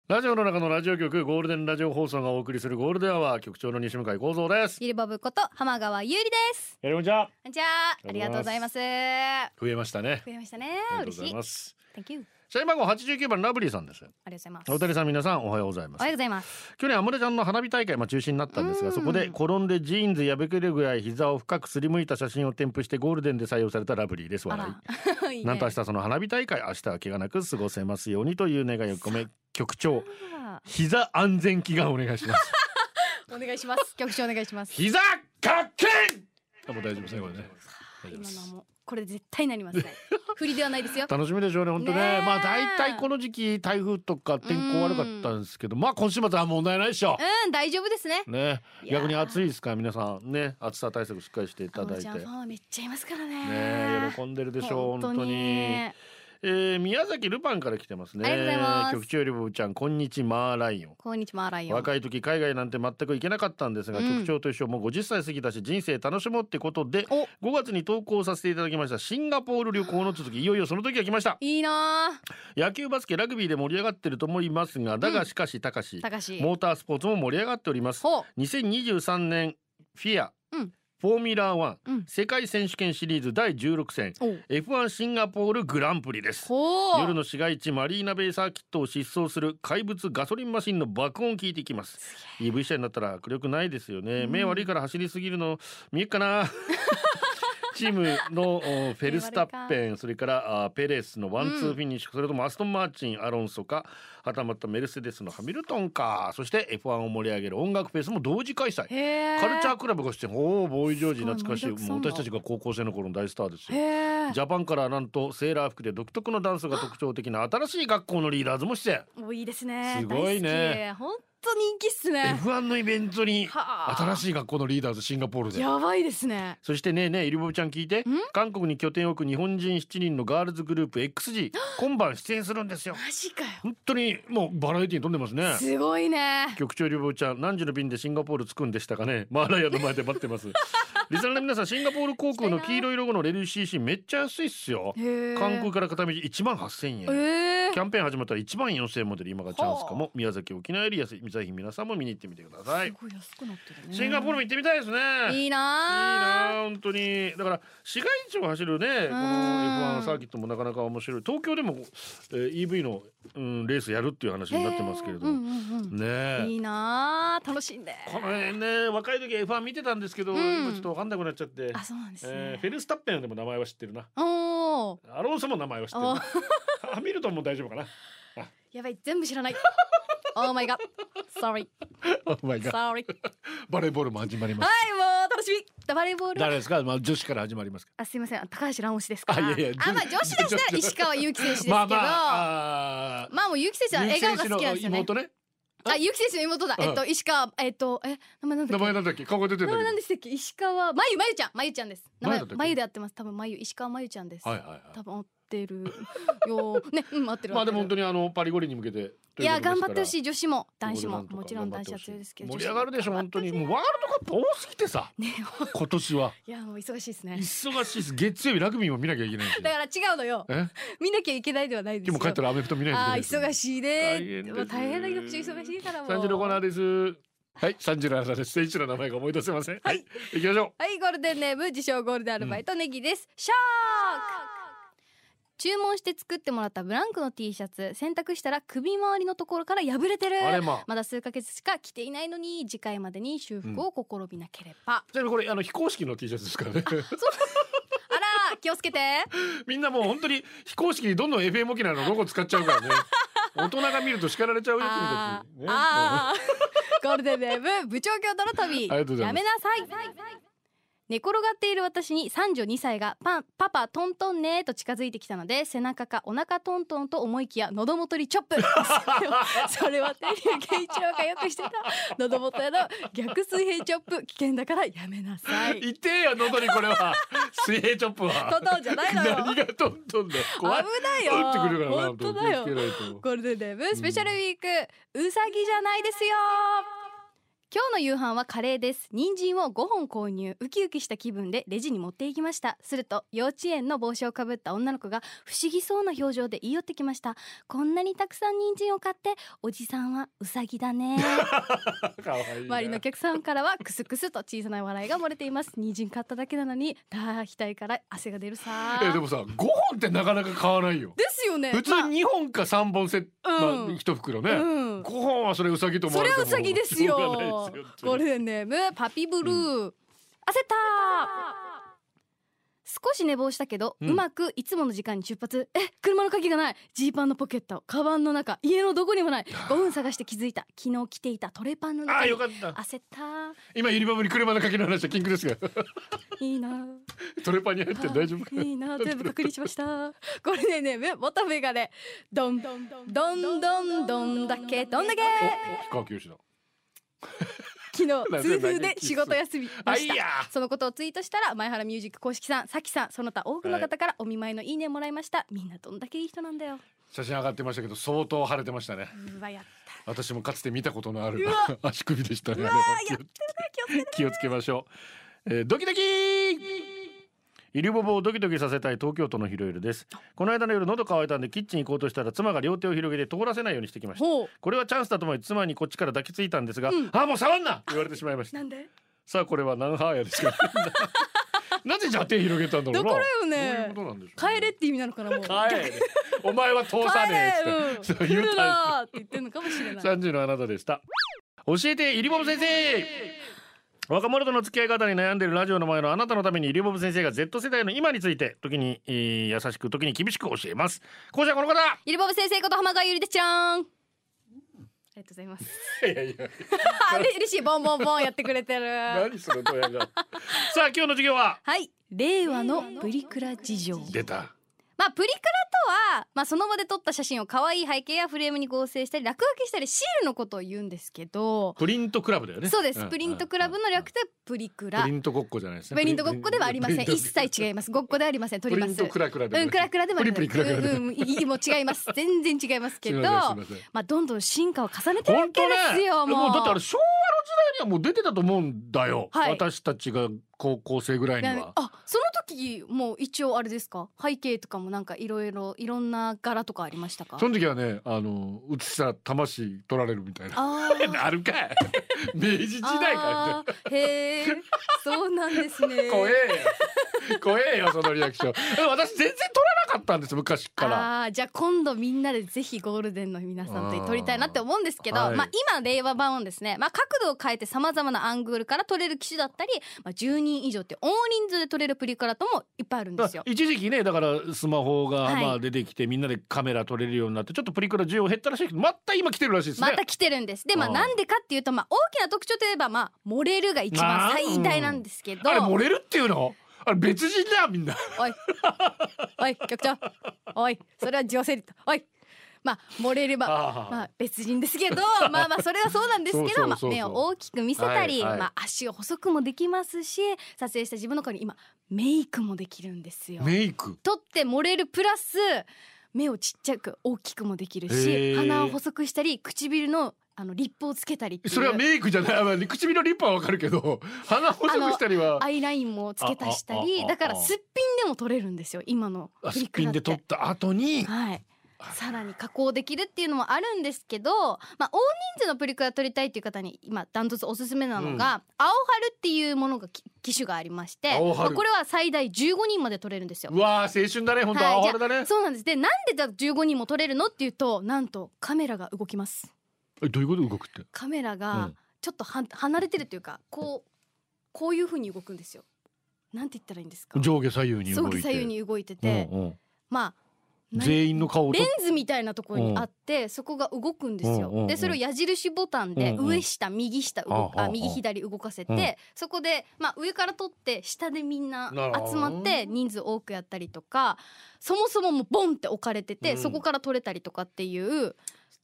[SPEAKER 1] ラジオの中のラジオ局ゴールデンラジオ放送がお送りするゴールデンアワー局長の西向井光三です。
[SPEAKER 2] ゆりぼぶこと浜川ゆりです
[SPEAKER 1] やりもちゃん
[SPEAKER 2] じゃあありがとうございます増え
[SPEAKER 1] 増えましたね。
[SPEAKER 2] ましたね
[SPEAKER 1] ありがとう
[SPEAKER 2] 嬉
[SPEAKER 1] ござ
[SPEAKER 2] しい
[SPEAKER 1] います。
[SPEAKER 2] Thank you
[SPEAKER 1] 社員番号八十九番ラブリーさんです。
[SPEAKER 2] ありがとうございます
[SPEAKER 1] 大谷さん皆さんおはようございま
[SPEAKER 2] おは
[SPEAKER 1] す
[SPEAKER 2] ようございます
[SPEAKER 1] 去年アムレちゃんの花火大会も中止になったんです
[SPEAKER 2] う
[SPEAKER 1] が
[SPEAKER 2] ん
[SPEAKER 1] そこで転んでジーンズ破けるぐらい膝を深くすりむいた写真を添付してゴールデンで採用されたラブリーです
[SPEAKER 2] あ
[SPEAKER 1] 笑い
[SPEAKER 2] ら いいね
[SPEAKER 1] なんと明日その花火大会明日は怪我なく過ごせますようにという願いを込め局長
[SPEAKER 2] あ
[SPEAKER 1] 膝安全祈願お願いします
[SPEAKER 3] お願いします局長お願いします
[SPEAKER 1] 膝かっけんもう大丈夫ですねこれね大丈夫で
[SPEAKER 2] 今のは
[SPEAKER 1] す
[SPEAKER 2] もうこれ絶対なりますね 振りではないですよ
[SPEAKER 1] 楽しみでしょうね本当ね
[SPEAKER 2] ねえ
[SPEAKER 1] まあ大体この時期台風とか天候悪かったんですけどまあ今週末は問題ないでしょ
[SPEAKER 2] うん大丈夫ですね
[SPEAKER 1] ね
[SPEAKER 2] いやー
[SPEAKER 1] 逆に暑いですから皆さんね暑さ対策しっかりしていただいて
[SPEAKER 2] あのちゃんファンはめっちゃいますからね
[SPEAKER 1] ね喜んでるでしょう本当に
[SPEAKER 2] ね
[SPEAKER 1] えー宮崎ルパンから来てますね
[SPEAKER 2] ありがとうございます
[SPEAKER 1] 局長よりぼぶちゃんこんにちマーライオン
[SPEAKER 2] こんにちはライオン
[SPEAKER 1] 若い時海外なんて全く行けなかったんですが、
[SPEAKER 2] うん
[SPEAKER 1] 局長と一緒もう50歳過ぎたし人生楽しもうってことで
[SPEAKER 2] お
[SPEAKER 1] 5月に投稿させていただきましたシンガポール旅行の続きいよいよその時が来ました
[SPEAKER 2] いいな
[SPEAKER 1] 野球バスケラグビーで盛り上がってると思いますがだがしかし高し、
[SPEAKER 2] 高し
[SPEAKER 1] モータースポーツも盛り上がっております
[SPEAKER 2] ほう
[SPEAKER 1] 2023年フィア、
[SPEAKER 2] うん
[SPEAKER 1] フォーミュラーワン、
[SPEAKER 2] うん
[SPEAKER 1] 世界選手権シリーズ第16戦
[SPEAKER 2] おう
[SPEAKER 1] F1 シンガポールグランプリです
[SPEAKER 2] ほう
[SPEAKER 1] 夜の市街地マリーナベイサーキットを疾走する怪物ガソリンマシンの爆音を聞いていきます EV 車になったら迫力ないですよね、目悪いから走りすぎるの見えっか なチームのおフェルスタッペンそれからあペレスのワンツーフィニッシュ、それともアストンマーチンアロンソかはたまたメルセデスのハミルトンかそして F1 を盛り上げる音楽フェスも同時開催
[SPEAKER 2] へえ
[SPEAKER 1] カルチャークラブが出演おおボーイ・ジョージ
[SPEAKER 2] すごい
[SPEAKER 1] 懐かしい
[SPEAKER 2] 盛りだくさ
[SPEAKER 1] も
[SPEAKER 2] ん
[SPEAKER 1] う
[SPEAKER 2] だ
[SPEAKER 1] 私たちが高校生の頃の大スターですよ
[SPEAKER 2] へえ
[SPEAKER 1] ジャパンからなんとセーラー服で独特のダンスが特徴的な新しい学校のリーダーズも出演
[SPEAKER 2] もういいですね
[SPEAKER 1] すごいね
[SPEAKER 2] 大好き本当人気っすね
[SPEAKER 1] F1 のイベントに
[SPEAKER 2] はあ
[SPEAKER 1] 新しい学校のリーダーズシンガポールで
[SPEAKER 3] やばいですね
[SPEAKER 1] そしてねえねえイリボブちゃん聞いて韓国に拠点を置く日本人7人のガールズグループ XG 今晩出演するんですよ
[SPEAKER 3] マジかよ
[SPEAKER 1] 本当にもうバラエティに飛んでますね
[SPEAKER 3] すごいね
[SPEAKER 1] 局長リボブちゃん何時の便でシンガポール着くんでしたかねマーライアの前で待ってます リスナーの皆さんシンガポール航空の黄色いロゴの LCC めっちゃ安いっすよ
[SPEAKER 3] へ
[SPEAKER 1] 韓国から片道1万8000円
[SPEAKER 3] え
[SPEAKER 1] キャンペーン始まったら1万4000円までで今がチャンスかも宮崎沖縄より安いぜひ皆さんも見に行ってみてください
[SPEAKER 3] ごい安くなってる
[SPEAKER 1] シンガポールも行ってみたいですね
[SPEAKER 2] いい
[SPEAKER 1] いいな
[SPEAKER 2] な
[SPEAKER 1] あ本当にだから市街地を走るねこの F1 サーキットもなかなか面白い東京でも、えー EV の、うん、レースやるっていう話になってますけれど
[SPEAKER 2] う
[SPEAKER 1] も、
[SPEAKER 2] んうん
[SPEAKER 1] ね
[SPEAKER 2] う
[SPEAKER 1] え
[SPEAKER 2] んいいな楽しんで
[SPEAKER 1] この辺ね若い時 F1 見てたんですけど、
[SPEAKER 2] うん
[SPEAKER 1] 今ちょっと分かんなくなっちゃって、
[SPEAKER 2] あそうなんです
[SPEAKER 1] えー
[SPEAKER 2] ね
[SPEAKER 1] フェルスタッペンでも名前は知ってるな
[SPEAKER 2] おお
[SPEAKER 1] アロンソも名前は知ってる
[SPEAKER 2] お
[SPEAKER 1] なハミルトンも大丈夫かな
[SPEAKER 2] やばい全部知らない Oh my god sorry
[SPEAKER 1] お h my
[SPEAKER 2] sorry はいも
[SPEAKER 1] バレーボールも始まりま
[SPEAKER 2] う楽しみバレーボールは
[SPEAKER 1] 誰ですか、まあ、女子から始まりますけ
[SPEAKER 2] あすいません高橋蘭推しですか
[SPEAKER 1] あいやいや
[SPEAKER 2] あまあ女子だしたら石川祐希選手で
[SPEAKER 1] ど
[SPEAKER 2] すけど
[SPEAKER 1] まあまああー
[SPEAKER 2] まあもうゆき選手は笑顔が好きなんです
[SPEAKER 1] 結城選手の
[SPEAKER 2] よね
[SPEAKER 1] 妹 ね
[SPEAKER 2] あゆき選手の妹だ
[SPEAKER 1] うん
[SPEAKER 2] えっと石川えっとえ名前なん
[SPEAKER 1] 名
[SPEAKER 2] だっけ
[SPEAKER 1] 前なんだっけ顔が出てる
[SPEAKER 2] 名
[SPEAKER 1] んだけ
[SPEAKER 2] 前なんでしたっけ石川まゆまゆちゃんまゆちゃんです名
[SPEAKER 1] ま
[SPEAKER 2] 前
[SPEAKER 1] ゆだったっけ
[SPEAKER 2] まゆで合ってます多分まゆ石川まゆちゃんです
[SPEAKER 1] どはいはいは
[SPEAKER 2] 多分合って るよーねうん合って
[SPEAKER 1] い
[SPEAKER 2] る
[SPEAKER 1] まあでも本当
[SPEAKER 2] に
[SPEAKER 1] にあのパリ五輪に向けて
[SPEAKER 2] いや頑張ってほし
[SPEAKER 1] い
[SPEAKER 2] い女子も
[SPEAKER 1] という
[SPEAKER 2] 男
[SPEAKER 1] ことなんとか
[SPEAKER 2] 子ももちろん男子は強いですけど
[SPEAKER 1] 盛り上がるでしょ
[SPEAKER 2] 女子
[SPEAKER 1] 本
[SPEAKER 2] も
[SPEAKER 1] 当にもうワールドカップ多すぎて さ
[SPEAKER 2] ね
[SPEAKER 1] 今年はい
[SPEAKER 2] やもう忙しいですね
[SPEAKER 1] 忙しいです月曜日ラグビーも見なきゃいけないんですよ
[SPEAKER 2] だから違うのよ
[SPEAKER 1] え
[SPEAKER 2] 見なきゃいけないではないですよ
[SPEAKER 1] 今日も帰ったらアメフト見ないといけ
[SPEAKER 2] あ
[SPEAKER 1] な
[SPEAKER 2] あ
[SPEAKER 1] い
[SPEAKER 2] 忙
[SPEAKER 1] しい
[SPEAKER 2] しい
[SPEAKER 1] 大
[SPEAKER 2] ね
[SPEAKER 1] 変です
[SPEAKER 2] もう大変だけど口忙しいからもう
[SPEAKER 1] 三時のコーナーですはい三時のコーナーです選手の名前が思い出せませんはい行きましょ
[SPEAKER 2] はい、ゴールデンネーム自称ゴールデンアルバイトネギです。シャーク。注文して作ってもらったブランクの T シャツ洗濯したら首周りのところから破れてる
[SPEAKER 1] うあれまあ
[SPEAKER 2] まだ数ヶ月しか着ていないのに次回までに修復を試みなけれ ば、
[SPEAKER 1] ちなみにこれあの非公式の T シャツですからね
[SPEAKER 2] あら気をつけて
[SPEAKER 1] みんなもう本当に非公式にどんどん FM 沖縄のロゴ使っちゃうからね大人が見ると叱られちゃうよ
[SPEAKER 2] あー、
[SPEAKER 1] 君たちね
[SPEAKER 2] あー ゴールデンネーム部長京都の旅
[SPEAKER 1] ありがとうござい
[SPEAKER 2] や
[SPEAKER 1] ま
[SPEAKER 2] めなさい寝転がっている私に32歳がパン「パパトントンね」と近づいてきたので背中かお腹トントンと思いきや喉元にチョッ プそれはそれは天竜圭一郎がよくしてた喉元への逆水平チョップ危険だからやめなさい。
[SPEAKER 1] 痛えよ喉にこれは水平チョップ
[SPEAKER 2] ト
[SPEAKER 1] は
[SPEAKER 2] ントンじゃないのよ
[SPEAKER 1] 何がトントンだよ
[SPEAKER 2] 危
[SPEAKER 1] 怖い
[SPEAKER 2] ないよ
[SPEAKER 1] 打ってくるからな
[SPEAKER 2] 本当だよ
[SPEAKER 1] 気をつけないと
[SPEAKER 2] ゴールデンデブスペシャルウィーク、うさぎじゃないですよ今日の夕飯はカレーです人参を5本購入ウキウキした気分でレジに持っていきましたすると幼稚園の帽子をかぶった女の子が不思議そうな表情で言い寄ってきましたこんなにたくさん人参を買っておじさんはウサギ だね
[SPEAKER 1] かわいいな
[SPEAKER 2] 周りのお客さんからはクスクスと小さな笑いが漏れて います人参買っただけなのにだー額から汗が出るさ
[SPEAKER 1] えでもさ5本ってなかなか買わないよ
[SPEAKER 3] ですよね
[SPEAKER 1] 普通
[SPEAKER 3] まあ
[SPEAKER 1] 2本か3本セット、
[SPEAKER 3] うん
[SPEAKER 1] まあ、1袋ね、
[SPEAKER 3] うん
[SPEAKER 1] 5本はそれウサギと思
[SPEAKER 3] そ
[SPEAKER 1] われ
[SPEAKER 3] れ
[SPEAKER 1] て
[SPEAKER 3] は
[SPEAKER 1] も
[SPEAKER 3] ウサギです
[SPEAKER 1] しょうがない
[SPEAKER 3] よ
[SPEAKER 1] ですよ本当に
[SPEAKER 3] ゴールデンネームパピブルー、焦った
[SPEAKER 2] 少し寝坊したけど、
[SPEAKER 1] う
[SPEAKER 2] うんまくいつもの時間に出発え車の鍵がないジーパンのポケットカバンの中家のどこにもない5分探して気づいた昨日着ていたトレパンの
[SPEAKER 1] あ
[SPEAKER 2] 中
[SPEAKER 1] ー
[SPEAKER 2] に
[SPEAKER 1] よかった
[SPEAKER 2] 焦った
[SPEAKER 1] 今ユニバーブに車の鍵の話はキングですが
[SPEAKER 2] いいな
[SPEAKER 1] トレパンに入って大丈夫か
[SPEAKER 2] いいな全部確認しましたゴールデンネーム元メガネどんどんどんどんどんだけどんだけ
[SPEAKER 1] おお氷川きよしだ
[SPEAKER 2] 昨
[SPEAKER 1] な
[SPEAKER 2] 日
[SPEAKER 1] ぜ
[SPEAKER 2] 痛風で仕事休み
[SPEAKER 1] あ
[SPEAKER 2] ま
[SPEAKER 1] い
[SPEAKER 2] し
[SPEAKER 1] や
[SPEAKER 2] たそのことをツイートしたら前原ミュージック公式さんさきさんその他多くの方からお見舞いのいいねもらいましたみんなどんだけいい人なんだよ
[SPEAKER 1] 写真上がってましたけど相当晴れてましたね
[SPEAKER 2] うわやった
[SPEAKER 1] 私もかつて見たことのある足首でしたねあれは気をつけましょう、えードキドキイリボボをドキドキさせたい東京都のひろゆるですこの間の夜喉乾いたんでキッチン行こうとしたら妻が両手を広げて通らせないようにしてきました
[SPEAKER 3] ほう
[SPEAKER 1] これはチャンスだと思い妻にこっちから抱きついたんですが、
[SPEAKER 3] うん
[SPEAKER 1] あーもう触んな言われてしまいました
[SPEAKER 2] なんで
[SPEAKER 1] さあこれは何ハーヤですかなぜじゃあ手広げたんだろ
[SPEAKER 3] ど
[SPEAKER 1] うな
[SPEAKER 3] こだよ
[SPEAKER 1] どういう
[SPEAKER 3] ね
[SPEAKER 1] ことなんでしょうね、
[SPEAKER 3] 帰れって意味なのかなもう
[SPEAKER 1] 帰れお前は通さねえっつって、
[SPEAKER 3] 帰れ、うん、来
[SPEAKER 1] そう言う
[SPEAKER 3] る
[SPEAKER 1] タイプ
[SPEAKER 3] なーって言ってるのかもしれない
[SPEAKER 1] 三時のあなたでした。教えてイリボブ先生。若者との付き合い方に悩んでいるラジオの前のあなたのためにイリボブ先生が Z 世代の今について時に、えー優しく時に厳しく教えます。こちらこの方。
[SPEAKER 2] ゆりぼぶ先生こと浜川ゆりでちらーんありがとうございます
[SPEAKER 1] いやいや
[SPEAKER 2] あ嬉嬉しいボンボンボンやってくれてるは
[SPEAKER 1] 何そのドヤが。 さあ今日の授業はい
[SPEAKER 2] 令和のプリクラ事情
[SPEAKER 1] 出た。
[SPEAKER 2] まあプリクラとは、まあ、その場で撮った写真を可愛い背景やフレームに合成したり落書きしたりシールのことを言うんですけど
[SPEAKER 1] プリントクラブだよね。
[SPEAKER 2] そうです、
[SPEAKER 1] ん
[SPEAKER 2] プリントクラブの略でプリクラ
[SPEAKER 1] プリントごっこじゃないですね。
[SPEAKER 2] プリントごっこではありません一切違いますごっこではありません
[SPEAKER 1] プ
[SPEAKER 2] 撮り
[SPEAKER 1] リ
[SPEAKER 2] ま
[SPEAKER 1] ン
[SPEAKER 2] す
[SPEAKER 1] トクラクラでもな
[SPEAKER 2] う
[SPEAKER 1] い。
[SPEAKER 2] んクラクラでもありま
[SPEAKER 1] プリプリクラクラでも
[SPEAKER 2] うんうんいいもう違 います全然違いますけど
[SPEAKER 1] すいません
[SPEAKER 2] ま
[SPEAKER 1] い
[SPEAKER 2] す
[SPEAKER 1] ません
[SPEAKER 2] あどんどん進化を重ねてるわ
[SPEAKER 1] 本
[SPEAKER 2] け
[SPEAKER 1] 当
[SPEAKER 2] です
[SPEAKER 1] ね
[SPEAKER 2] よもう
[SPEAKER 1] だってあれ昭和の時代にはもう出てたと思うんだよ、
[SPEAKER 2] はい
[SPEAKER 1] 私たちが高校生ぐらいには
[SPEAKER 2] あその時もう一応あれですか背景とかもなんかいろいろいろんな柄とかありましたか
[SPEAKER 1] その時はねあの映したら魂取られるみたいな
[SPEAKER 2] あ ー
[SPEAKER 1] あるかい明治時代か
[SPEAKER 2] あーへえそうなんです
[SPEAKER 1] ら
[SPEAKER 2] ね
[SPEAKER 1] 怖えよ怖えよそのリアクションえ私全然取らなかったんです昔から
[SPEAKER 2] あーじゃあ今度みんなでぜひゴールデンの皆さんと撮りたいなって思うんですけど、
[SPEAKER 1] あーはい
[SPEAKER 2] まあ、今令和版はですね、まあ、角度を変えてさまざまなアングルから撮れる機種だったり、まあ、10人以上って大人数で撮れるプリクラともいっぱいあるんですよ。
[SPEAKER 1] 一時期ねだからスマホが
[SPEAKER 2] はい
[SPEAKER 1] まあ出てきて、みんなでカメラ撮れるようになってちょっとプリクラ需要減ったらしいけどまた今来てるらしいですね
[SPEAKER 2] また来てるんです。で、まあ、
[SPEAKER 1] あー
[SPEAKER 2] なんでかっていうと、まあ、大きな特徴といえば、まあ、漏れるが一番最大なんですけど。
[SPEAKER 1] あれ漏れるっていうのあれ別人だみんな
[SPEAKER 2] おい、おい、局長、おい、それは女性だおい、まあ、漏れれば、
[SPEAKER 1] あー
[SPEAKER 2] まあ、別人で すけど、まあまあ、それはそうなんです
[SPEAKER 1] そ
[SPEAKER 2] け
[SPEAKER 1] うそう
[SPEAKER 2] ど、ま
[SPEAKER 1] そうそう
[SPEAKER 2] あ、目を大きく見せたり、
[SPEAKER 1] はいはい
[SPEAKER 2] まあ、足を細くもできますし、撮影した自分の顔に今、メイクもできるんですよ。
[SPEAKER 1] メイク
[SPEAKER 2] 撮って漏れるプラス、目をちっちゃく大きくもできる
[SPEAKER 1] へー
[SPEAKER 2] し、鼻を細くしたり、唇の、あの、リップをつけたりっていう。
[SPEAKER 1] それはメイクじゃないあまあ唇のリップはわかるけど鼻細くしたりは
[SPEAKER 2] アイラインも付け足した
[SPEAKER 1] あああ
[SPEAKER 2] り
[SPEAKER 1] あ
[SPEAKER 2] だからすっぴんでも撮れるんですよ今の
[SPEAKER 1] あ
[SPEAKER 2] プ
[SPEAKER 1] すっ
[SPEAKER 2] リク
[SPEAKER 1] ぴん
[SPEAKER 2] ラって
[SPEAKER 1] で撮った後に
[SPEAKER 2] はい。さらに加工できるっていうのもあるんですけど、まあ、大人数のプリクラ撮りたいっていう方に今ダントツおすすめなのが、青春っていうものがき機種がありまして
[SPEAKER 1] 青春
[SPEAKER 2] まあこれは最大15人まで撮れるんですよ
[SPEAKER 1] う。わー青春だね本当
[SPEAKER 2] はい
[SPEAKER 1] 青春だね
[SPEAKER 2] そうなんですでなんでじゃあ15人も撮れるのっていうとなんとカメラが動きます
[SPEAKER 1] えどういうこと動くって
[SPEAKER 2] カメラ
[SPEAKER 1] う
[SPEAKER 2] が
[SPEAKER 1] ん
[SPEAKER 2] ちょっとは離れてるというかこうこういう風に動くんですよなんて言ったらいいんですか
[SPEAKER 1] 上下左右に動
[SPEAKER 2] 上
[SPEAKER 1] いて
[SPEAKER 2] 下左右に動いてて、
[SPEAKER 1] うんうん
[SPEAKER 2] まあ何
[SPEAKER 1] 全員の顔を
[SPEAKER 2] レ
[SPEAKER 1] 撮っ
[SPEAKER 2] ンズみたいなところにあってそこが動くんです
[SPEAKER 1] うんうんう
[SPEAKER 2] よ
[SPEAKER 1] ん。
[SPEAKER 2] でそれを矢印ボタンで
[SPEAKER 1] うんうん
[SPEAKER 2] 上下右下動
[SPEAKER 1] あああ
[SPEAKER 2] か
[SPEAKER 1] あ
[SPEAKER 2] 右左動かせ
[SPEAKER 1] うん
[SPEAKER 2] てそこでまあ上から撮って下でみんな
[SPEAKER 1] なるほど
[SPEAKER 2] 集まって人数多くやったりとかそもそももうボンって置かれ
[SPEAKER 1] う
[SPEAKER 2] てて
[SPEAKER 1] ん
[SPEAKER 2] そこから撮れたりとかっていう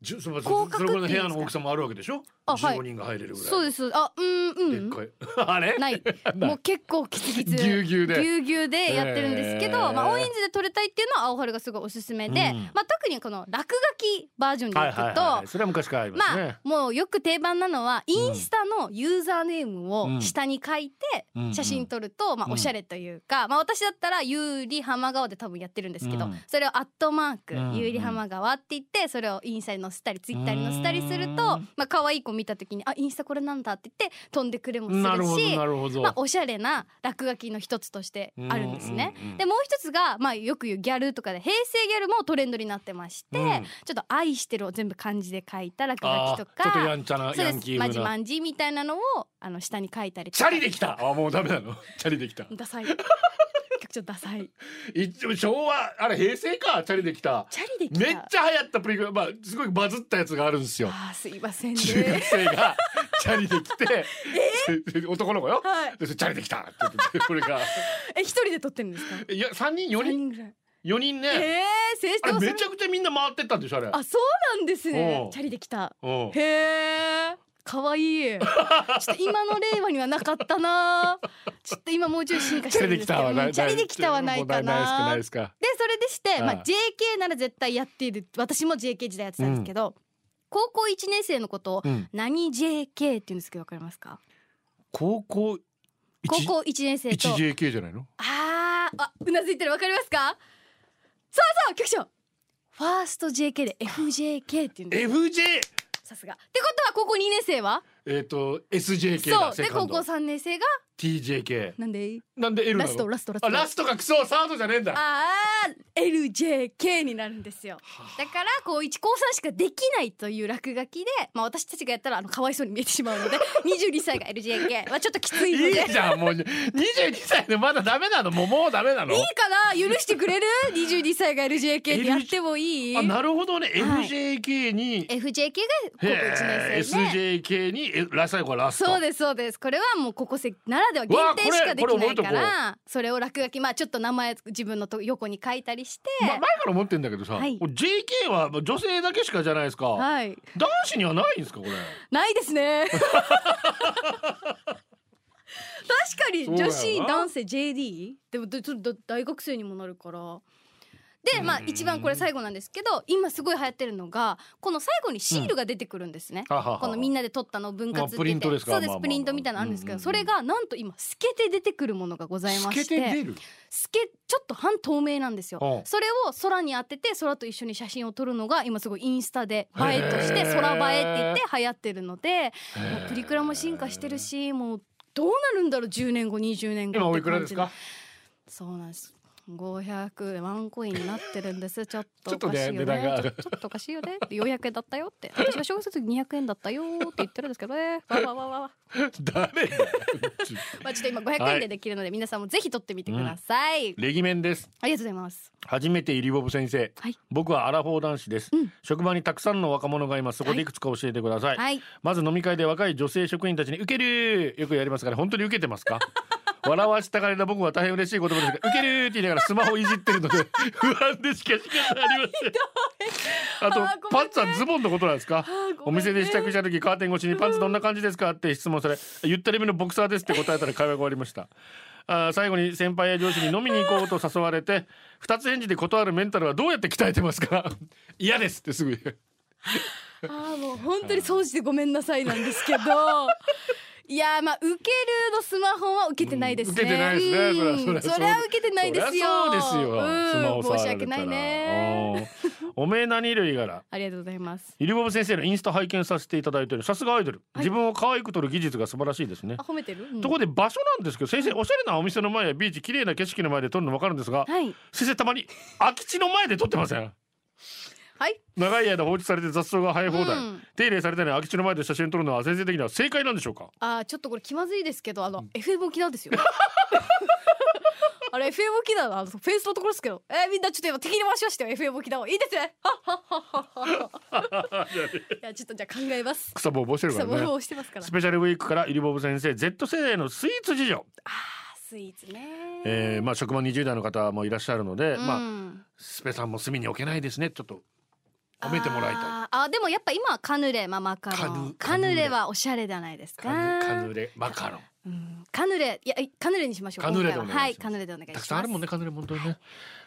[SPEAKER 1] じゅその
[SPEAKER 2] 広角
[SPEAKER 1] それこれの部
[SPEAKER 2] っていうんですか
[SPEAKER 1] 屋の大きさもあるわけでしょ
[SPEAKER 2] あは
[SPEAKER 1] 15
[SPEAKER 2] い
[SPEAKER 1] 人が入れるぐらい。。
[SPEAKER 2] そうですすあうんう
[SPEAKER 1] でっ
[SPEAKER 2] ん
[SPEAKER 1] かい。 あれ？
[SPEAKER 2] ないもう結構きつきつ
[SPEAKER 1] ぎゅうぎゅうで
[SPEAKER 2] ぎゅうぎゅうでやってるんですけど、
[SPEAKER 1] へー
[SPEAKER 2] まあ、大人数で撮れたいっていうのは青春がすごいおすすめで、
[SPEAKER 1] うん
[SPEAKER 2] まあ、特にこの落書きバージョンに
[SPEAKER 1] は
[SPEAKER 2] 行
[SPEAKER 1] い
[SPEAKER 2] く
[SPEAKER 1] はい
[SPEAKER 2] と、
[SPEAKER 1] はい。それは昔からありますね。
[SPEAKER 2] まあもうよく定番なのはインスタのユーザーネーム
[SPEAKER 1] う
[SPEAKER 2] を
[SPEAKER 1] ん
[SPEAKER 2] 下に書いて
[SPEAKER 1] うんうん
[SPEAKER 2] 写真撮るとま
[SPEAKER 1] う
[SPEAKER 2] あ
[SPEAKER 1] ん
[SPEAKER 2] おしゃれというかまあ私だったら有利浜川で多分やってるんですけど
[SPEAKER 1] うん
[SPEAKER 2] それをアットマーク
[SPEAKER 1] うんうん
[SPEAKER 2] 有利浜川って言ってそれをインスタに載せたりツイッターに載せたりするとまあ可愛い子見た時にあインスタこれなんだって言って飛んでくれもす
[SPEAKER 1] なる
[SPEAKER 2] る
[SPEAKER 1] ほど
[SPEAKER 2] し
[SPEAKER 1] なるほど。
[SPEAKER 2] まあおしゃれな落書きの一つとしてあるんですね
[SPEAKER 1] うんうんうん。
[SPEAKER 2] でもう一つがまあよく言うギャルとかで平成ギャルもトレンドになってまして
[SPEAKER 1] うん
[SPEAKER 2] ちょっと愛してるを全部漢字で書いた落
[SPEAKER 1] あ
[SPEAKER 2] 書
[SPEAKER 1] ー
[SPEAKER 2] きと
[SPEAKER 1] ちょっと
[SPEAKER 2] か
[SPEAKER 1] やんちゃな
[SPEAKER 2] そう
[SPEAKER 1] ヤ
[SPEAKER 2] で
[SPEAKER 1] ン
[SPEAKER 2] す
[SPEAKER 1] キー
[SPEAKER 2] ま
[SPEAKER 1] 風
[SPEAKER 2] じ
[SPEAKER 1] な
[SPEAKER 2] まんじみたいなのをあの下に書いたりと
[SPEAKER 1] チ
[SPEAKER 2] か
[SPEAKER 1] ャリできたあもうダメなのチャリできた
[SPEAKER 2] ダサい局長ダサい
[SPEAKER 1] 一応昭和あれ平成かチャリできた
[SPEAKER 2] チャリで来た
[SPEAKER 1] めっちゃ流行ったプリクラ、まあ、すごいバズったやつがあるんですよ
[SPEAKER 2] あーすいません
[SPEAKER 1] 中学
[SPEAKER 2] ね
[SPEAKER 1] 生 がチャリで来て、で男の子よ、
[SPEAKER 2] はい
[SPEAKER 1] でそれチャリできたって言ってこれが
[SPEAKER 2] え一人で撮ってるんですか
[SPEAKER 1] いや3人4
[SPEAKER 2] 三
[SPEAKER 1] 人
[SPEAKER 2] 人ぐらい
[SPEAKER 1] 4人
[SPEAKER 2] え
[SPEAKER 1] ね、
[SPEAKER 2] えー成
[SPEAKER 1] あれ
[SPEAKER 2] 長す
[SPEAKER 1] め
[SPEAKER 2] る
[SPEAKER 1] ちゃくちゃみんな回ってったんでしょあれ
[SPEAKER 2] あそうなんです
[SPEAKER 1] う
[SPEAKER 2] ね
[SPEAKER 1] ん
[SPEAKER 2] チャリで来た
[SPEAKER 1] うん
[SPEAKER 2] へえ可 愛いちょっと今の令和にはなかったなちょっと今もうちょい進化し
[SPEAKER 1] チ
[SPEAKER 2] て
[SPEAKER 1] ャ
[SPEAKER 2] るん
[SPEAKER 1] リでき
[SPEAKER 2] ですけ
[SPEAKER 1] たは
[SPEAKER 2] どうん
[SPEAKER 1] ない
[SPEAKER 2] チャリで来たはない
[SPEAKER 1] もうで
[SPEAKER 2] か
[SPEAKER 1] すか
[SPEAKER 2] な
[SPEAKER 1] ないですか
[SPEAKER 2] でそれでして、ま
[SPEAKER 1] はい
[SPEAKER 2] あ、JK なら絶対やっている私も JK 時代やってたんですけど、高校1年生のことを
[SPEAKER 1] うん
[SPEAKER 2] 何 JK って言うんですけどわかりますか
[SPEAKER 1] 高校
[SPEAKER 2] 高校1年生と
[SPEAKER 1] 1JK じゃないの
[SPEAKER 2] あーあうなずいてるわかりますかそうそう局長ファースト JK で FJK って言うんです
[SPEAKER 1] FJ
[SPEAKER 2] さすがってことは高校2年生は
[SPEAKER 1] えっ、と SJK
[SPEAKER 2] そ
[SPEAKER 1] だ
[SPEAKER 2] う
[SPEAKER 1] セ
[SPEAKER 2] で
[SPEAKER 1] カ
[SPEAKER 2] 高
[SPEAKER 1] ン
[SPEAKER 2] 校
[SPEAKER 1] ド
[SPEAKER 2] 3年生が
[SPEAKER 1] TJK
[SPEAKER 2] なんで
[SPEAKER 1] なんで L な
[SPEAKER 2] ラ
[SPEAKER 1] の
[SPEAKER 2] ストラストラスト
[SPEAKER 1] あラストかクソサードじゃねえんだ
[SPEAKER 2] あー LJK になるんですよだから高1高3しかできないという落書きで、まあ、私たちがやったらあのかわいそうに見えてしまう ので22歳が LJK はちょっときつ
[SPEAKER 1] い
[SPEAKER 2] いのでいいか
[SPEAKER 1] いじゃんもう22歳でまだダメなのもうもうダメなの
[SPEAKER 2] な許してくれる22歳が LJK でやってもいい
[SPEAKER 1] あ
[SPEAKER 2] FJK が
[SPEAKER 1] なるほどね、
[SPEAKER 2] はい
[SPEAKER 1] FJK に
[SPEAKER 2] 高校1
[SPEAKER 1] へ
[SPEAKER 2] 年生で。
[SPEAKER 1] ー SJK にえラストはラスト
[SPEAKER 2] そうですそうですこれはもうここせならでは限定しかできないか
[SPEAKER 1] うわこれこれ
[SPEAKER 2] らそれを落書きまあちょっと名前自分のと横に書いたりして、
[SPEAKER 1] ま前から思ってんだけどさ、
[SPEAKER 2] はい
[SPEAKER 1] これ JK は女性だけしかじゃないですか、
[SPEAKER 2] はい
[SPEAKER 1] 男子にはないんですかこれ
[SPEAKER 2] ないですね。確かに
[SPEAKER 1] そうだよ
[SPEAKER 2] 女
[SPEAKER 1] な
[SPEAKER 2] 子男性 JD でもどそれだ大学生にもなるから。でまあ一番これ最後なんですけど今すごい流行ってるのがこの最後にシールが出てくるんですね。
[SPEAKER 1] ははは
[SPEAKER 2] このみんなで撮ったのを分割っ
[SPEAKER 1] ま
[SPEAKER 2] て
[SPEAKER 1] あプリントですか
[SPEAKER 2] そうで
[SPEAKER 1] まあまあ
[SPEAKER 2] す
[SPEAKER 1] まあ
[SPEAKER 2] プリントみたいなのあるんですけ
[SPEAKER 1] うんうんうん
[SPEAKER 2] どそれがなんと今透けて出てくるものがござい
[SPEAKER 1] 透
[SPEAKER 2] ま
[SPEAKER 1] け
[SPEAKER 2] して
[SPEAKER 1] 出る
[SPEAKER 2] 透けちょっと半透明なんですよ
[SPEAKER 1] うん
[SPEAKER 2] それを空に当てて空と一緒に写真を撮るのが今すごいインスタで映えとして
[SPEAKER 1] へー
[SPEAKER 2] 空映えって言って流行ってるのでもうプリクラも進化してるしもうどうなるんだろう10年後20年後
[SPEAKER 1] 今お
[SPEAKER 2] って
[SPEAKER 1] いくらで
[SPEAKER 2] 感
[SPEAKER 1] す
[SPEAKER 2] じ
[SPEAKER 1] か
[SPEAKER 2] そうなんです500ワンコインになってる んですちょっ
[SPEAKER 1] ちょ
[SPEAKER 2] と
[SPEAKER 1] っと
[SPEAKER 2] おかしい
[SPEAKER 1] ね値
[SPEAKER 2] よね
[SPEAKER 1] 段が上
[SPEAKER 2] ち
[SPEAKER 1] が
[SPEAKER 2] ょ
[SPEAKER 1] る
[SPEAKER 2] ちょっとおかしいよね400円だったよって私は小説200円だったよって言ってるんですけどねわわわわわ
[SPEAKER 1] 誰だよ
[SPEAKER 2] まあちょっと今500円でできるので皆さんもぜひ撮ってみてください、
[SPEAKER 1] レギメンです
[SPEAKER 2] ありがとうございます
[SPEAKER 1] 初めてイリボブ先生、
[SPEAKER 2] はい
[SPEAKER 1] 僕はアラフォー男子です、職場にたくさんの若者がいますそこでいくつか教えてください、
[SPEAKER 2] はい
[SPEAKER 1] まず飲み会で若い女性職員たちに受けるよくやりますから本当に受けてますか 笑わしたがりな僕は大変嬉しい言葉ですが受けるって言いながらスマホいじってるので 不安でしかしかありませんあとパンツはズボンのことなんですかお店で試着した時カーテン越しにパンツどんな感じですかって質問されゆったりめのボクサーですって答えたら会話が終わりましたあー最後に先輩や上司に飲みに行こうと誘われて二つ返事で断るメンタルはどうやって鍛えてますか嫌ですってすぐ言う
[SPEAKER 2] ああもう本当に掃除でごめんなさいなんですけど。 いやーまあ受けるのスマホは受けてないですね。
[SPEAKER 1] 受けてないですね
[SPEAKER 2] うん
[SPEAKER 1] そりゃそりゃそう
[SPEAKER 2] それは受けてないですよ。
[SPEAKER 1] そりゃそうですよ、
[SPEAKER 2] うん
[SPEAKER 1] スマホ触られたら
[SPEAKER 2] 申し訳ないね。
[SPEAKER 1] うんおめえ何類から
[SPEAKER 2] ありがとうございます。
[SPEAKER 1] ゆりぼぶ先生のインスタ拝見させていただいてるさすがアイドル、自分を可愛く撮る技術が素晴らしいですね
[SPEAKER 2] あ褒めてる？うん
[SPEAKER 1] ところで場所なんですけど先生おしゃれなお店の前やビーチ綺麗な景色の前で撮るの分かるんですが、
[SPEAKER 2] はい
[SPEAKER 1] 先生たまに空き地の前で撮ってません
[SPEAKER 2] はい。
[SPEAKER 1] 長い間放置されて雑草が生え放題、
[SPEAKER 2] うん
[SPEAKER 1] 手入れされてない空き地の前で写真撮るのは先生的には正解なんでしょうか
[SPEAKER 2] あーちょっとこれ気まずいですけどあの、FM 沖縄です よ。あれ FM 沖縄のあのフェイスのところですけど、えー、みんなちょっと今敵に回しましたよ FM 沖縄いいで すね。はっはっはっはっはいやちょっとじゃあ考えます。
[SPEAKER 1] 草ぼうぼうしてるか
[SPEAKER 2] さ
[SPEAKER 1] ら
[SPEAKER 2] あも
[SPEAKER 1] ね
[SPEAKER 2] うしてますから
[SPEAKER 1] ス。ペシャルウィークからゆりぼぶ先生 Z 世代のスイーツ事情
[SPEAKER 2] スイーツね。
[SPEAKER 1] えーまあ職場20代の方もいらっしゃるので、
[SPEAKER 2] うん
[SPEAKER 1] まあスペさんも隅に置けないですねちょっと褒めてもらいたい。
[SPEAKER 2] あーあでもやっぱ今はカヌレママカロン
[SPEAKER 1] カ
[SPEAKER 2] カ
[SPEAKER 1] ヌ
[SPEAKER 2] ヌレはおしゃれじゃないですか
[SPEAKER 1] カヌカヌレマカロン
[SPEAKER 2] うんカヌレいやカヌレにしましょう
[SPEAKER 1] カヌレでお願いしま
[SPEAKER 2] 今回
[SPEAKER 1] す
[SPEAKER 2] ははいカヌレでお願いします
[SPEAKER 1] たくさんあるもんねカヌレ本当にね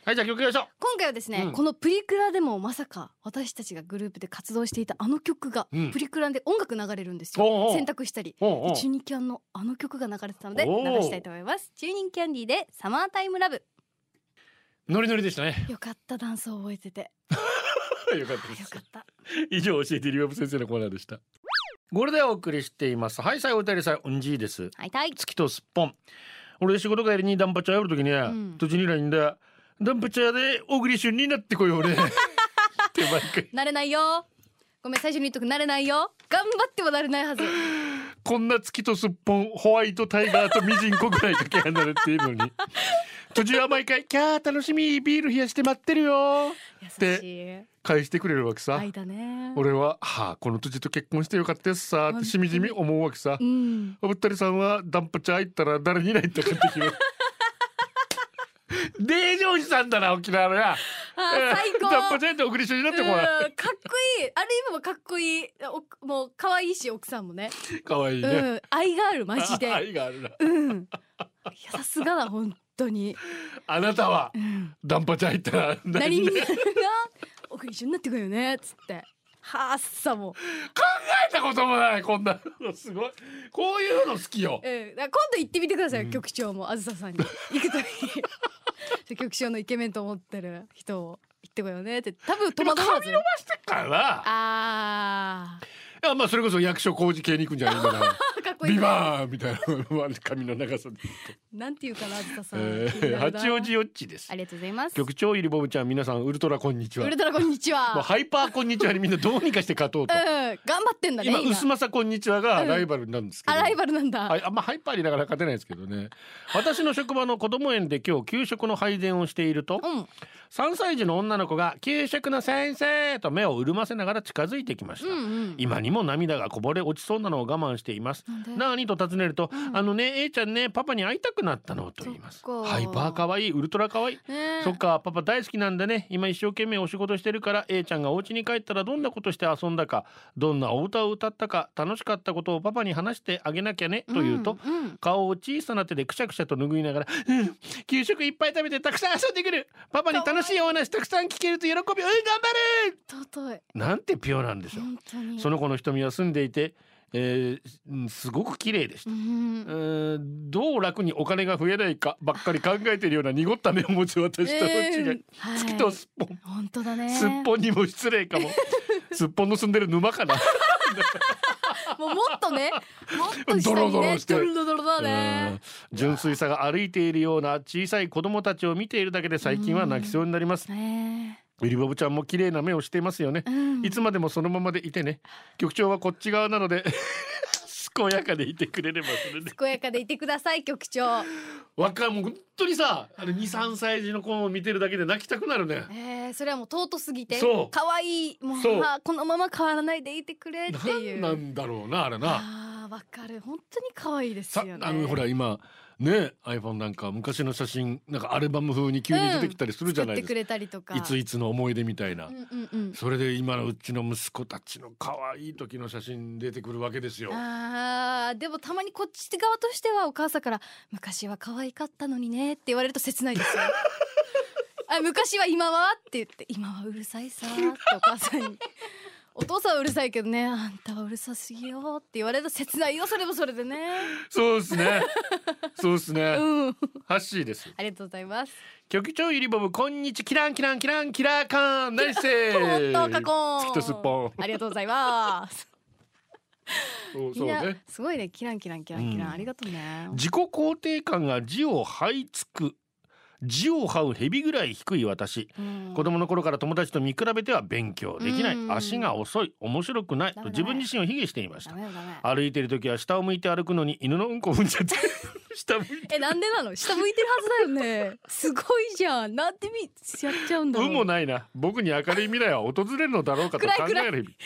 [SPEAKER 1] はいじゃあ曲よいしょ
[SPEAKER 2] 今回はですね、
[SPEAKER 1] うん
[SPEAKER 2] このプリクラでもまさか私たちがグループで活動していたあの曲が、
[SPEAKER 1] うん
[SPEAKER 2] プリクラで音楽流れるんですよ
[SPEAKER 1] おうおう
[SPEAKER 2] 選択したり
[SPEAKER 1] おうおう
[SPEAKER 2] チューニキャンのあの曲が流れてたので流
[SPEAKER 1] おう
[SPEAKER 2] したいと思いますチューニンキャンディーでサマータイムラブ
[SPEAKER 1] ノリノリでしたね
[SPEAKER 2] よかったダンスを覚えてて
[SPEAKER 1] よかったで
[SPEAKER 2] よ
[SPEAKER 1] す
[SPEAKER 2] かった
[SPEAKER 1] 以上教えてリオブ先生のコーナーでしたこれでお送りしていますはいさいお便りさいおんじいです
[SPEAKER 2] はいたい
[SPEAKER 1] 月とすっぽん俺仕事帰りにダンパチャーやるときに、
[SPEAKER 2] ん
[SPEAKER 1] 途中にいないんだダンパチャーで小栗旬になってこよう ねって毎回
[SPEAKER 2] なれないよごめん最初に言っとくなれないよ頑張ってもなれないはず
[SPEAKER 1] こんな月とすっぽんホワイトタイガーとミジンコぐらいかけ離れてい るのに途中は毎回「キャー楽しみビール冷やして待ってるよ」
[SPEAKER 2] 優し
[SPEAKER 1] 返してくれるわけ
[SPEAKER 2] い
[SPEAKER 1] さ、
[SPEAKER 2] 愛だね
[SPEAKER 1] 俺は「はあこの土地と結婚してよかったですさ」ってしみじみ思うわけさ
[SPEAKER 2] う。ん
[SPEAKER 1] おぶったりさんはダンパチャ入ったら誰にないって帰ってきます。デージおじさんだな沖縄のや。
[SPEAKER 2] あ
[SPEAKER 1] えー
[SPEAKER 2] ー最高
[SPEAKER 1] ダンパチャ入って送り一緒になってこ
[SPEAKER 2] うんかっこいいある意味もかっこいいおもう可愛いし奥さんもね
[SPEAKER 1] い。可愛いね。
[SPEAKER 2] うん愛があるマジ
[SPEAKER 1] あ
[SPEAKER 2] で
[SPEAKER 1] 愛があるな。
[SPEAKER 2] うんいやさすがだ本当に
[SPEAKER 1] あなたはダンパチャ入ったら
[SPEAKER 2] 何
[SPEAKER 1] 何
[SPEAKER 2] に
[SPEAKER 1] に
[SPEAKER 2] な
[SPEAKER 1] 考
[SPEAKER 2] るな奥一緒になってくよねつってはあっさも
[SPEAKER 1] えたこともないこんなのすごい。こういうの好きよ
[SPEAKER 2] う、。うん、だから今度行ってみてください、局長もあず ささんに行くと きに局長のイケメンと思ってる人を行ってこようねって多分戸惑わず
[SPEAKER 1] から。
[SPEAKER 2] あ
[SPEAKER 1] いやまあそれこそ役所工事系に行くんじゃないか な。
[SPEAKER 2] ーかっこいい
[SPEAKER 1] ビバーンみたいな髪の長さで。
[SPEAKER 2] なんていう かなあずささん、
[SPEAKER 1] え
[SPEAKER 2] 気に
[SPEAKER 1] ー
[SPEAKER 2] なるな
[SPEAKER 1] 八王子よっちです
[SPEAKER 2] あ。りがとうございます
[SPEAKER 1] 局長ゆりぼぶちゃん皆さんウルトラこんにちは
[SPEAKER 2] ウル。トラこんにちは
[SPEAKER 1] もうハイパーこんにちはにみんなどうにかして勝とうと
[SPEAKER 2] う。ん頑張ってんだね
[SPEAKER 1] 今薄まさこんにちはが
[SPEAKER 2] うん
[SPEAKER 1] ライバルなんですけど。
[SPEAKER 2] アライバルなんだ、
[SPEAKER 1] はい、あんまハイパーになかなか勝てないですけどね私の職場の子供園で今日給食の配膳をしていると
[SPEAKER 2] うん
[SPEAKER 1] 3歳児の女の子が「給食の先生!」と目を潤ませながら近づいてきました、
[SPEAKER 2] うんうん
[SPEAKER 1] 今にも涙がこぼれ落ちそうなのを我慢しています
[SPEAKER 2] んで
[SPEAKER 1] なあにと尋ねると、あのね A ちゃんねパパに会いたくなったのと言います
[SPEAKER 2] そっか
[SPEAKER 1] ハイパーかわいいウルトラかわいい、
[SPEAKER 2] ねえ
[SPEAKER 1] そっかパパ大好きなんだね今一生懸命お仕事してるから A ちゃんがお家に帰ったらどんなことして遊んだかどんなお歌を歌ったか楽しかったことをパパに話してあげなきゃねというと、
[SPEAKER 2] うんうん
[SPEAKER 1] 顔を小さな手でくしゃくしゃと拭いながら「うん給食いっぱい食べてたくさん遊んでくるパパに楽しいお話たくさん聞けると喜びうん頑張る!
[SPEAKER 2] 尊い」
[SPEAKER 1] なんてピュアなんでしょう
[SPEAKER 2] 本当に
[SPEAKER 1] その子の瞳は澄んでいて、えーうんすごく綺麗でした
[SPEAKER 2] う。ん
[SPEAKER 1] うーんどう楽にお金が増えないかばっかり考えてるような濁った目を持つ私との違い、
[SPEAKER 2] はい
[SPEAKER 1] 月とすっぽん、
[SPEAKER 2] 本当だね
[SPEAKER 1] すっぽんにも失礼か もすっぽんの住んでる沼かな
[SPEAKER 2] もうもっ とねもっと下にね
[SPEAKER 1] ドロドロして
[SPEAKER 2] ドロドロだね
[SPEAKER 1] うん純粋さが歩いているような小さい子供たちを見ているだけで最近は泣きそうになります
[SPEAKER 2] ね
[SPEAKER 1] ウリボブちゃんも綺麗な目をしていますよね、いつまでもそのままでいてね局長はこっち側なので 健やかでいてくれればそれで
[SPEAKER 2] え健やかでいてください局長
[SPEAKER 1] 若いもう本当にさあの23歳児の子を見てるだけで泣きたくなるね
[SPEAKER 2] えー、それはもう尊すぎて
[SPEAKER 1] そう
[SPEAKER 2] 可愛いもう
[SPEAKER 1] そう
[SPEAKER 2] あーこのまま変わらないでいてくれっていう
[SPEAKER 1] なんなんだろうなあれな。
[SPEAKER 2] あーわかる本当に可愛いです
[SPEAKER 1] さ
[SPEAKER 2] よね
[SPEAKER 1] あのほら今ね iPhone なんか昔の写真なんかアルバム風に急に出てきたりするじゃないです
[SPEAKER 2] うん、作ってく
[SPEAKER 1] か。
[SPEAKER 2] れたりとか
[SPEAKER 1] いついつの思い出みたいな。
[SPEAKER 2] うんうんうん
[SPEAKER 1] それで今のうちの息子たちの可愛い時の写真出てくるわけですよ。
[SPEAKER 2] あーでもたまにこっち側としてはお母さんから「昔は可愛かったのにね」って言われると切ない ですよ。あ昔は今はって言って「今はうるさいさ」ってお母さんに「お父さんはうるさいけどねあんたはうるさすぎよ」って言われると切ないよそれもそれでね。
[SPEAKER 1] そうですね。そうですね。
[SPEAKER 2] うん
[SPEAKER 1] ハッシーです。
[SPEAKER 2] ありがとうございます。
[SPEAKER 1] 局長ゆりぼぶこんにちキランキランキランキラーカーンナイス
[SPEAKER 2] ポンとカコーン。
[SPEAKER 1] 月とすっぽん。
[SPEAKER 2] ありがとうございます。
[SPEAKER 1] そう
[SPEAKER 2] み
[SPEAKER 1] そうん
[SPEAKER 2] な
[SPEAKER 1] ね。
[SPEAKER 2] すごいねキランキランキランキラン、
[SPEAKER 1] うん
[SPEAKER 2] ありがとうね。
[SPEAKER 1] 自己肯定感が字を這いつく字を這う蛇ぐらい低い私
[SPEAKER 2] うん
[SPEAKER 1] 子供の頃から友達と見比べては勉強できない
[SPEAKER 2] うん
[SPEAKER 1] 足が遅い面白くない
[SPEAKER 2] ダ
[SPEAKER 1] と
[SPEAKER 2] メだね
[SPEAKER 1] 自分自身を卑下していまし
[SPEAKER 2] ダ
[SPEAKER 1] た
[SPEAKER 2] メだダメだ。
[SPEAKER 1] 歩いてる時は下を向いて歩くのに犬のうんこを踏んじゃ って下向いて
[SPEAKER 2] えなんでなの下向いてるはずだよね すごいじゃんなんでみやっちゃうんだろう
[SPEAKER 1] 運もないな僕に明るい未来は訪れるのだろうかと考
[SPEAKER 2] 暗い暗い
[SPEAKER 1] える日々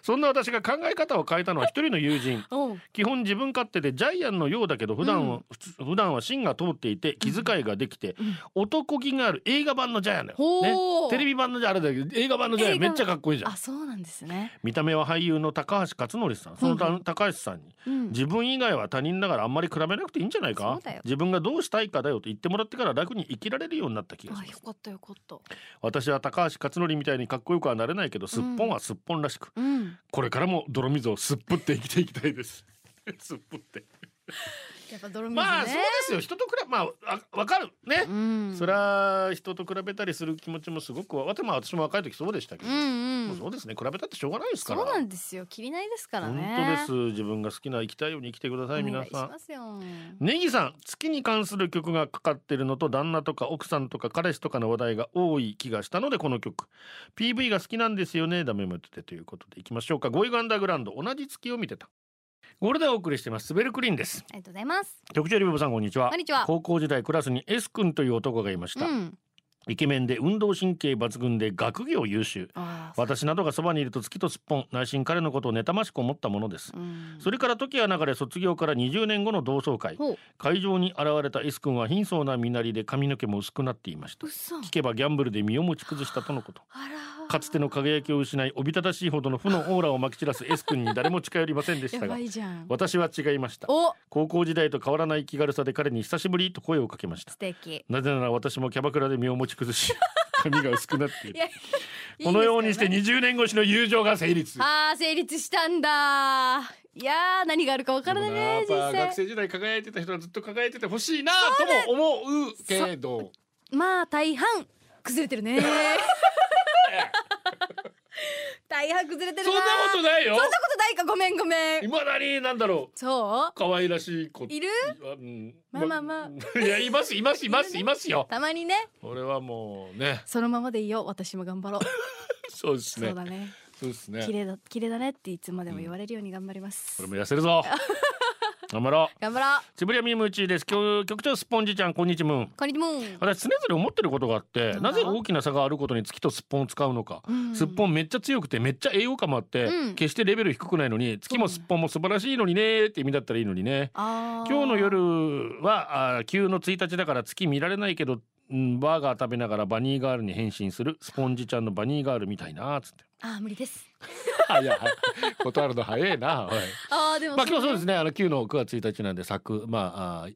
[SPEAKER 1] そんな私が考え方を変えたのは一人の友人
[SPEAKER 2] おう
[SPEAKER 1] 基本自分勝手でジャイアンのようだけど普段は、普通普段は芯が通っていて気遣いができて、男気がある映画版のジャイアンだよ、ね、
[SPEAKER 2] ほう、
[SPEAKER 1] テレビ版のジャイアンあれだけど映画版のジャイアンめっちゃかっこいいじゃん
[SPEAKER 2] あそうなんですね
[SPEAKER 1] 見た目は俳優の高橋克典さんそのた、
[SPEAKER 2] う
[SPEAKER 1] 高橋さんに
[SPEAKER 2] うん
[SPEAKER 1] 自分以外は他人だからあんまり比べなくていいんじゃない
[SPEAKER 2] そ
[SPEAKER 1] か
[SPEAKER 2] うだよ
[SPEAKER 1] 自分がどうしたいかだよと言ってもらってから楽に生きられるようになった気がし
[SPEAKER 2] あ
[SPEAKER 1] ます
[SPEAKER 2] よかったよかった
[SPEAKER 1] 私は高橋克典みたいにかっこよくはなれないけどすっぽんはすっぽんらしく、
[SPEAKER 2] うん
[SPEAKER 1] これからも泥水をすっぷって生きていきたいです すっぷって
[SPEAKER 2] やっぱ泥水ね
[SPEAKER 1] まあそうですよ人と比べまああわかるね、
[SPEAKER 2] うん
[SPEAKER 1] そりゃ人と比べたりする気持ちもすごくわても私も若い時そうでしたけ
[SPEAKER 2] う
[SPEAKER 1] ど、
[SPEAKER 2] んう
[SPEAKER 1] もうんそうですね比べたってしょうがないですか
[SPEAKER 2] そ
[SPEAKER 1] ら
[SPEAKER 2] うなんですよ切りないですからね
[SPEAKER 1] 本当です自分が好きな生きたいように生きてください
[SPEAKER 2] お願
[SPEAKER 1] 皆
[SPEAKER 2] いし
[SPEAKER 1] さん
[SPEAKER 2] ますよ
[SPEAKER 1] ネギさん月に関する曲がかかってるのと旦那とか奥さんとか彼氏とかの話題が多い気がしたのでこの曲 PV が好きなんですよねダメも言っててということでいきましょうかゴイグアンダーグラウンド同じ月を見てたゴールデンをお送りしていますスベルクリーンです
[SPEAKER 2] ありがとうございます
[SPEAKER 1] 局長リボブさんこんにちは
[SPEAKER 2] こんにちは
[SPEAKER 1] 高校時代クラスに S 君という男がいまし
[SPEAKER 2] う
[SPEAKER 1] た、
[SPEAKER 2] ん
[SPEAKER 1] イケメンで運動神経抜群で学業優秀
[SPEAKER 2] ああ
[SPEAKER 1] 私などがそばにいると月とすっぽん内心彼のことを妬ましく思ったものです
[SPEAKER 2] うん
[SPEAKER 1] それから時は流れ卒業から20年後の同窓会
[SPEAKER 2] ほう
[SPEAKER 1] 会場に現れた S 君は貧相な身なりで髪の毛も薄くなっていました
[SPEAKER 2] うっそ
[SPEAKER 1] 聞けばギャンブルで身を持ち崩したとのこと
[SPEAKER 2] あら
[SPEAKER 1] かつての輝きを失いおびただしいほどの負のオーラをまき散らす S 君に誰も近寄りませんでし
[SPEAKER 2] や
[SPEAKER 1] たが
[SPEAKER 2] ばいじゃん
[SPEAKER 1] 私は違いました
[SPEAKER 2] お
[SPEAKER 1] 高校時代と変わらない気軽さで彼に久しぶりと声をかけました
[SPEAKER 2] 素敵
[SPEAKER 1] なぜなら私もキャバクラで身を持ち崩 し髪が薄くなっている
[SPEAKER 2] いや
[SPEAKER 1] このようにして
[SPEAKER 2] いいです
[SPEAKER 1] 20年越しの友情が成立
[SPEAKER 2] よねあー成立したんだいやー何があるかわからないね
[SPEAKER 1] でもなや
[SPEAKER 2] 人
[SPEAKER 1] っぱ学
[SPEAKER 2] 生
[SPEAKER 1] 生時代輝いてた人はずっと輝いててほしいなとも思うけど
[SPEAKER 2] まあ大半崩れて るね大半崩れてる
[SPEAKER 1] そんなこと
[SPEAKER 2] い
[SPEAKER 1] ないよ
[SPEAKER 2] そんなことないかごめんごめん
[SPEAKER 1] いまだになんだろ
[SPEAKER 2] そう
[SPEAKER 1] 可愛らしい子
[SPEAKER 2] ういる
[SPEAKER 1] うん
[SPEAKER 2] まあまあま あ
[SPEAKER 1] いやいますいますいますいますよ
[SPEAKER 2] たまにね
[SPEAKER 1] 俺はもうね
[SPEAKER 2] そのままでいいよ私も頑張ろう
[SPEAKER 1] そうです
[SPEAKER 2] そ
[SPEAKER 1] ね
[SPEAKER 2] うだね
[SPEAKER 1] そうです
[SPEAKER 2] 綺
[SPEAKER 1] ね
[SPEAKER 2] 麗だ綺麗だねっていつまでも言われるように頑張ります、
[SPEAKER 1] 俺も痩せる ぞ頑張ろう
[SPEAKER 2] 頑張ろう
[SPEAKER 1] ちぶりやみむーちーです局局長スポンジちゃんこんにちは
[SPEAKER 2] こんにちは
[SPEAKER 1] 私常々思ってることがあって
[SPEAKER 2] なんだ
[SPEAKER 1] なぜ大きな差があることに月とすっぽんを使うのか、
[SPEAKER 2] ん
[SPEAKER 1] すっぽんめっちゃ強くてめっちゃ栄養価もあって、
[SPEAKER 2] うん
[SPEAKER 1] 決してレベル低くないのに月もすっぽんも素晴らしいのにねーって意味だったらいいのにね
[SPEAKER 2] あー
[SPEAKER 1] 今日の夜はあー急の1日だから月見られないけど、うん、バーガー食べながらバニーガールに変身するスポンジちゃんのバニーガールみたいなーっつって。
[SPEAKER 2] あー無理です
[SPEAKER 1] あいや断るの早いなおい
[SPEAKER 2] あーでも
[SPEAKER 1] まあ今日そうですねあの旧の9月1日なんで咲くまああー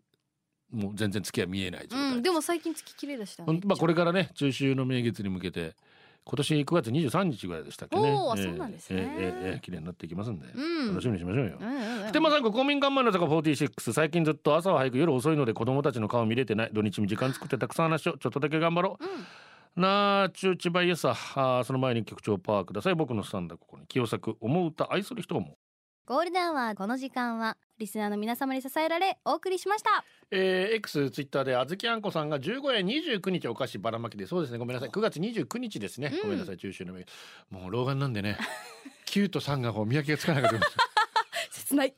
[SPEAKER 1] もう全然月は見えない状態、
[SPEAKER 2] うんでも最近月綺麗でした
[SPEAKER 1] ほん
[SPEAKER 2] ね
[SPEAKER 1] まあこれからね中秋の名月に向けて今年9月23日ぐらいでしたっけね。
[SPEAKER 2] おー
[SPEAKER 1] ええ
[SPEAKER 2] そうなんですね
[SPEAKER 1] ええええええ綺麗になっていきますんで、
[SPEAKER 2] うん
[SPEAKER 1] 楽しみにしましょうよ。
[SPEAKER 2] うんうんうん
[SPEAKER 1] 普天間さん国民頑張るの坂46最近ずっと朝は早く夜遅いので子供たちの顔見れてない土日も時間作ってたくさん話をちょっとだけ頑張ろう、なあ中千葉ゆさあーその前に局長パワーください僕のスタンダここに清作思う歌愛する人も
[SPEAKER 2] ゴールデンはこの時間はリスナーの皆様に支えられお送りしました
[SPEAKER 1] えー、X ツイッターであずきあんこさんが15円29日お菓子ばらまきでそうですねごめんなさい9月29日ですね、
[SPEAKER 2] うん
[SPEAKER 1] ごめんなさい中秋の名月もう老眼なんでね9と3がこう見分けがつかなかったです
[SPEAKER 3] 切ない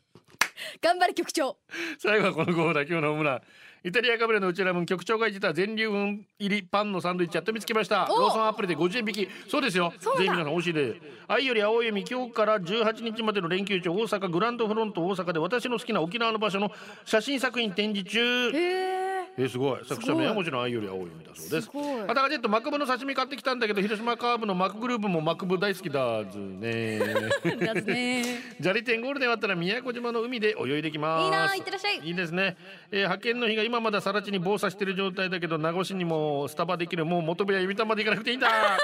[SPEAKER 3] 頑張れ局長
[SPEAKER 1] 最後はこのコーナー今日のホームランイタリアカメラのうちらも局長が言ってた全粒粉入りパンのサンドイッチやっと見つけましたローソンアプリで50円引きそうですよぜひ皆さん美味しいで愛より青い海今日から18日までの連休中大阪グランドフロント大阪で私の好きな沖縄の場所の写真作品展示中
[SPEAKER 3] へえ
[SPEAKER 1] えーすごい作者名はもちろん愛より青い海だそうです
[SPEAKER 2] すごい
[SPEAKER 1] あたがジェットマクブの刺身買ってきたんだけど広島カーブのマクグループもマクブ大好きだずね
[SPEAKER 2] だね
[SPEAKER 1] 砂利店ゴールデン終わったら宮古島の海で泳いできます
[SPEAKER 2] いいなあいってらっしゃい
[SPEAKER 1] いいですね、えー派遣の日が今まだ更地に防作してる状態だけど名護市にもスタバできるもう元部や指たまで行かなくて いいんだ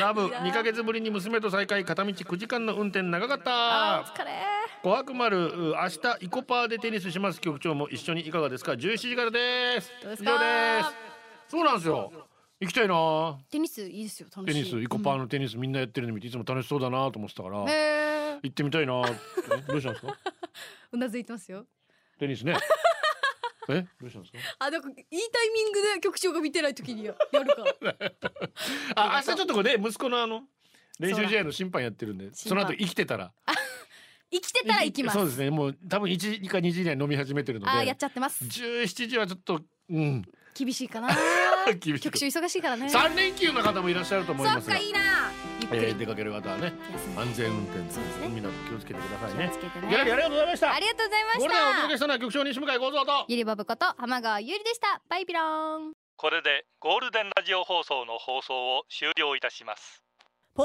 [SPEAKER 1] ラブ2ヶ月ぶりに娘と再会片道9時間の運転長かった
[SPEAKER 2] 疲れ
[SPEAKER 1] 琥珀丸う明日イコパーでテニスします局長も一緒にいかがですか17時からです
[SPEAKER 2] どうです
[SPEAKER 1] 以
[SPEAKER 2] か
[SPEAKER 1] 上ですそうなんですよ行きたいな
[SPEAKER 2] テニスいいですよ楽し
[SPEAKER 1] テ
[SPEAKER 2] い
[SPEAKER 1] ニスイコパーのテニスみんなやってるの見ていつも楽しそうだなと思ってたから、
[SPEAKER 2] へえ
[SPEAKER 1] 行ってみたいなってえどうしたんです か
[SPEAKER 2] うなずいてますよ
[SPEAKER 1] テニス ねえどうしたんですか
[SPEAKER 3] あなんかいいタイミングで局長が見てない時にややるか
[SPEAKER 1] あ明日ちょっとこれね息子のあの練習試合の審判やってるんでそ
[SPEAKER 2] 審
[SPEAKER 1] の
[SPEAKER 2] 判
[SPEAKER 1] 後生きてたら
[SPEAKER 2] 生きてたら行きます
[SPEAKER 1] そうですねもう多分1時か2時以内に飲み始めてるの
[SPEAKER 2] あーや
[SPEAKER 1] で
[SPEAKER 2] っちゃってます
[SPEAKER 1] 17時はちょっとうん
[SPEAKER 2] 厳しいかな
[SPEAKER 1] 厳しい
[SPEAKER 2] 局長忙しいからね
[SPEAKER 1] 三連休の方もいらっしゃると思い
[SPEAKER 2] そ
[SPEAKER 1] ま
[SPEAKER 2] っ
[SPEAKER 1] すが
[SPEAKER 2] かいいなゆっく
[SPEAKER 1] え
[SPEAKER 2] り
[SPEAKER 1] ー出かける方はね
[SPEAKER 2] 休んで
[SPEAKER 1] 安全運転
[SPEAKER 2] そうですね
[SPEAKER 1] みんなも気をつけてください
[SPEAKER 2] 気を
[SPEAKER 1] ね
[SPEAKER 2] つけて
[SPEAKER 1] ギャラリーあ
[SPEAKER 2] ね
[SPEAKER 1] りがとうございました
[SPEAKER 2] ありがとうございま
[SPEAKER 1] ゴルデンをお届
[SPEAKER 2] し
[SPEAKER 1] け
[SPEAKER 2] た
[SPEAKER 1] したのは局長西向井光三と
[SPEAKER 2] ゆりばぶこと浜川ゆりでしたバイビロン
[SPEAKER 5] これでゴールデンラジオ放送の放送を終了いたします
[SPEAKER 6] ポ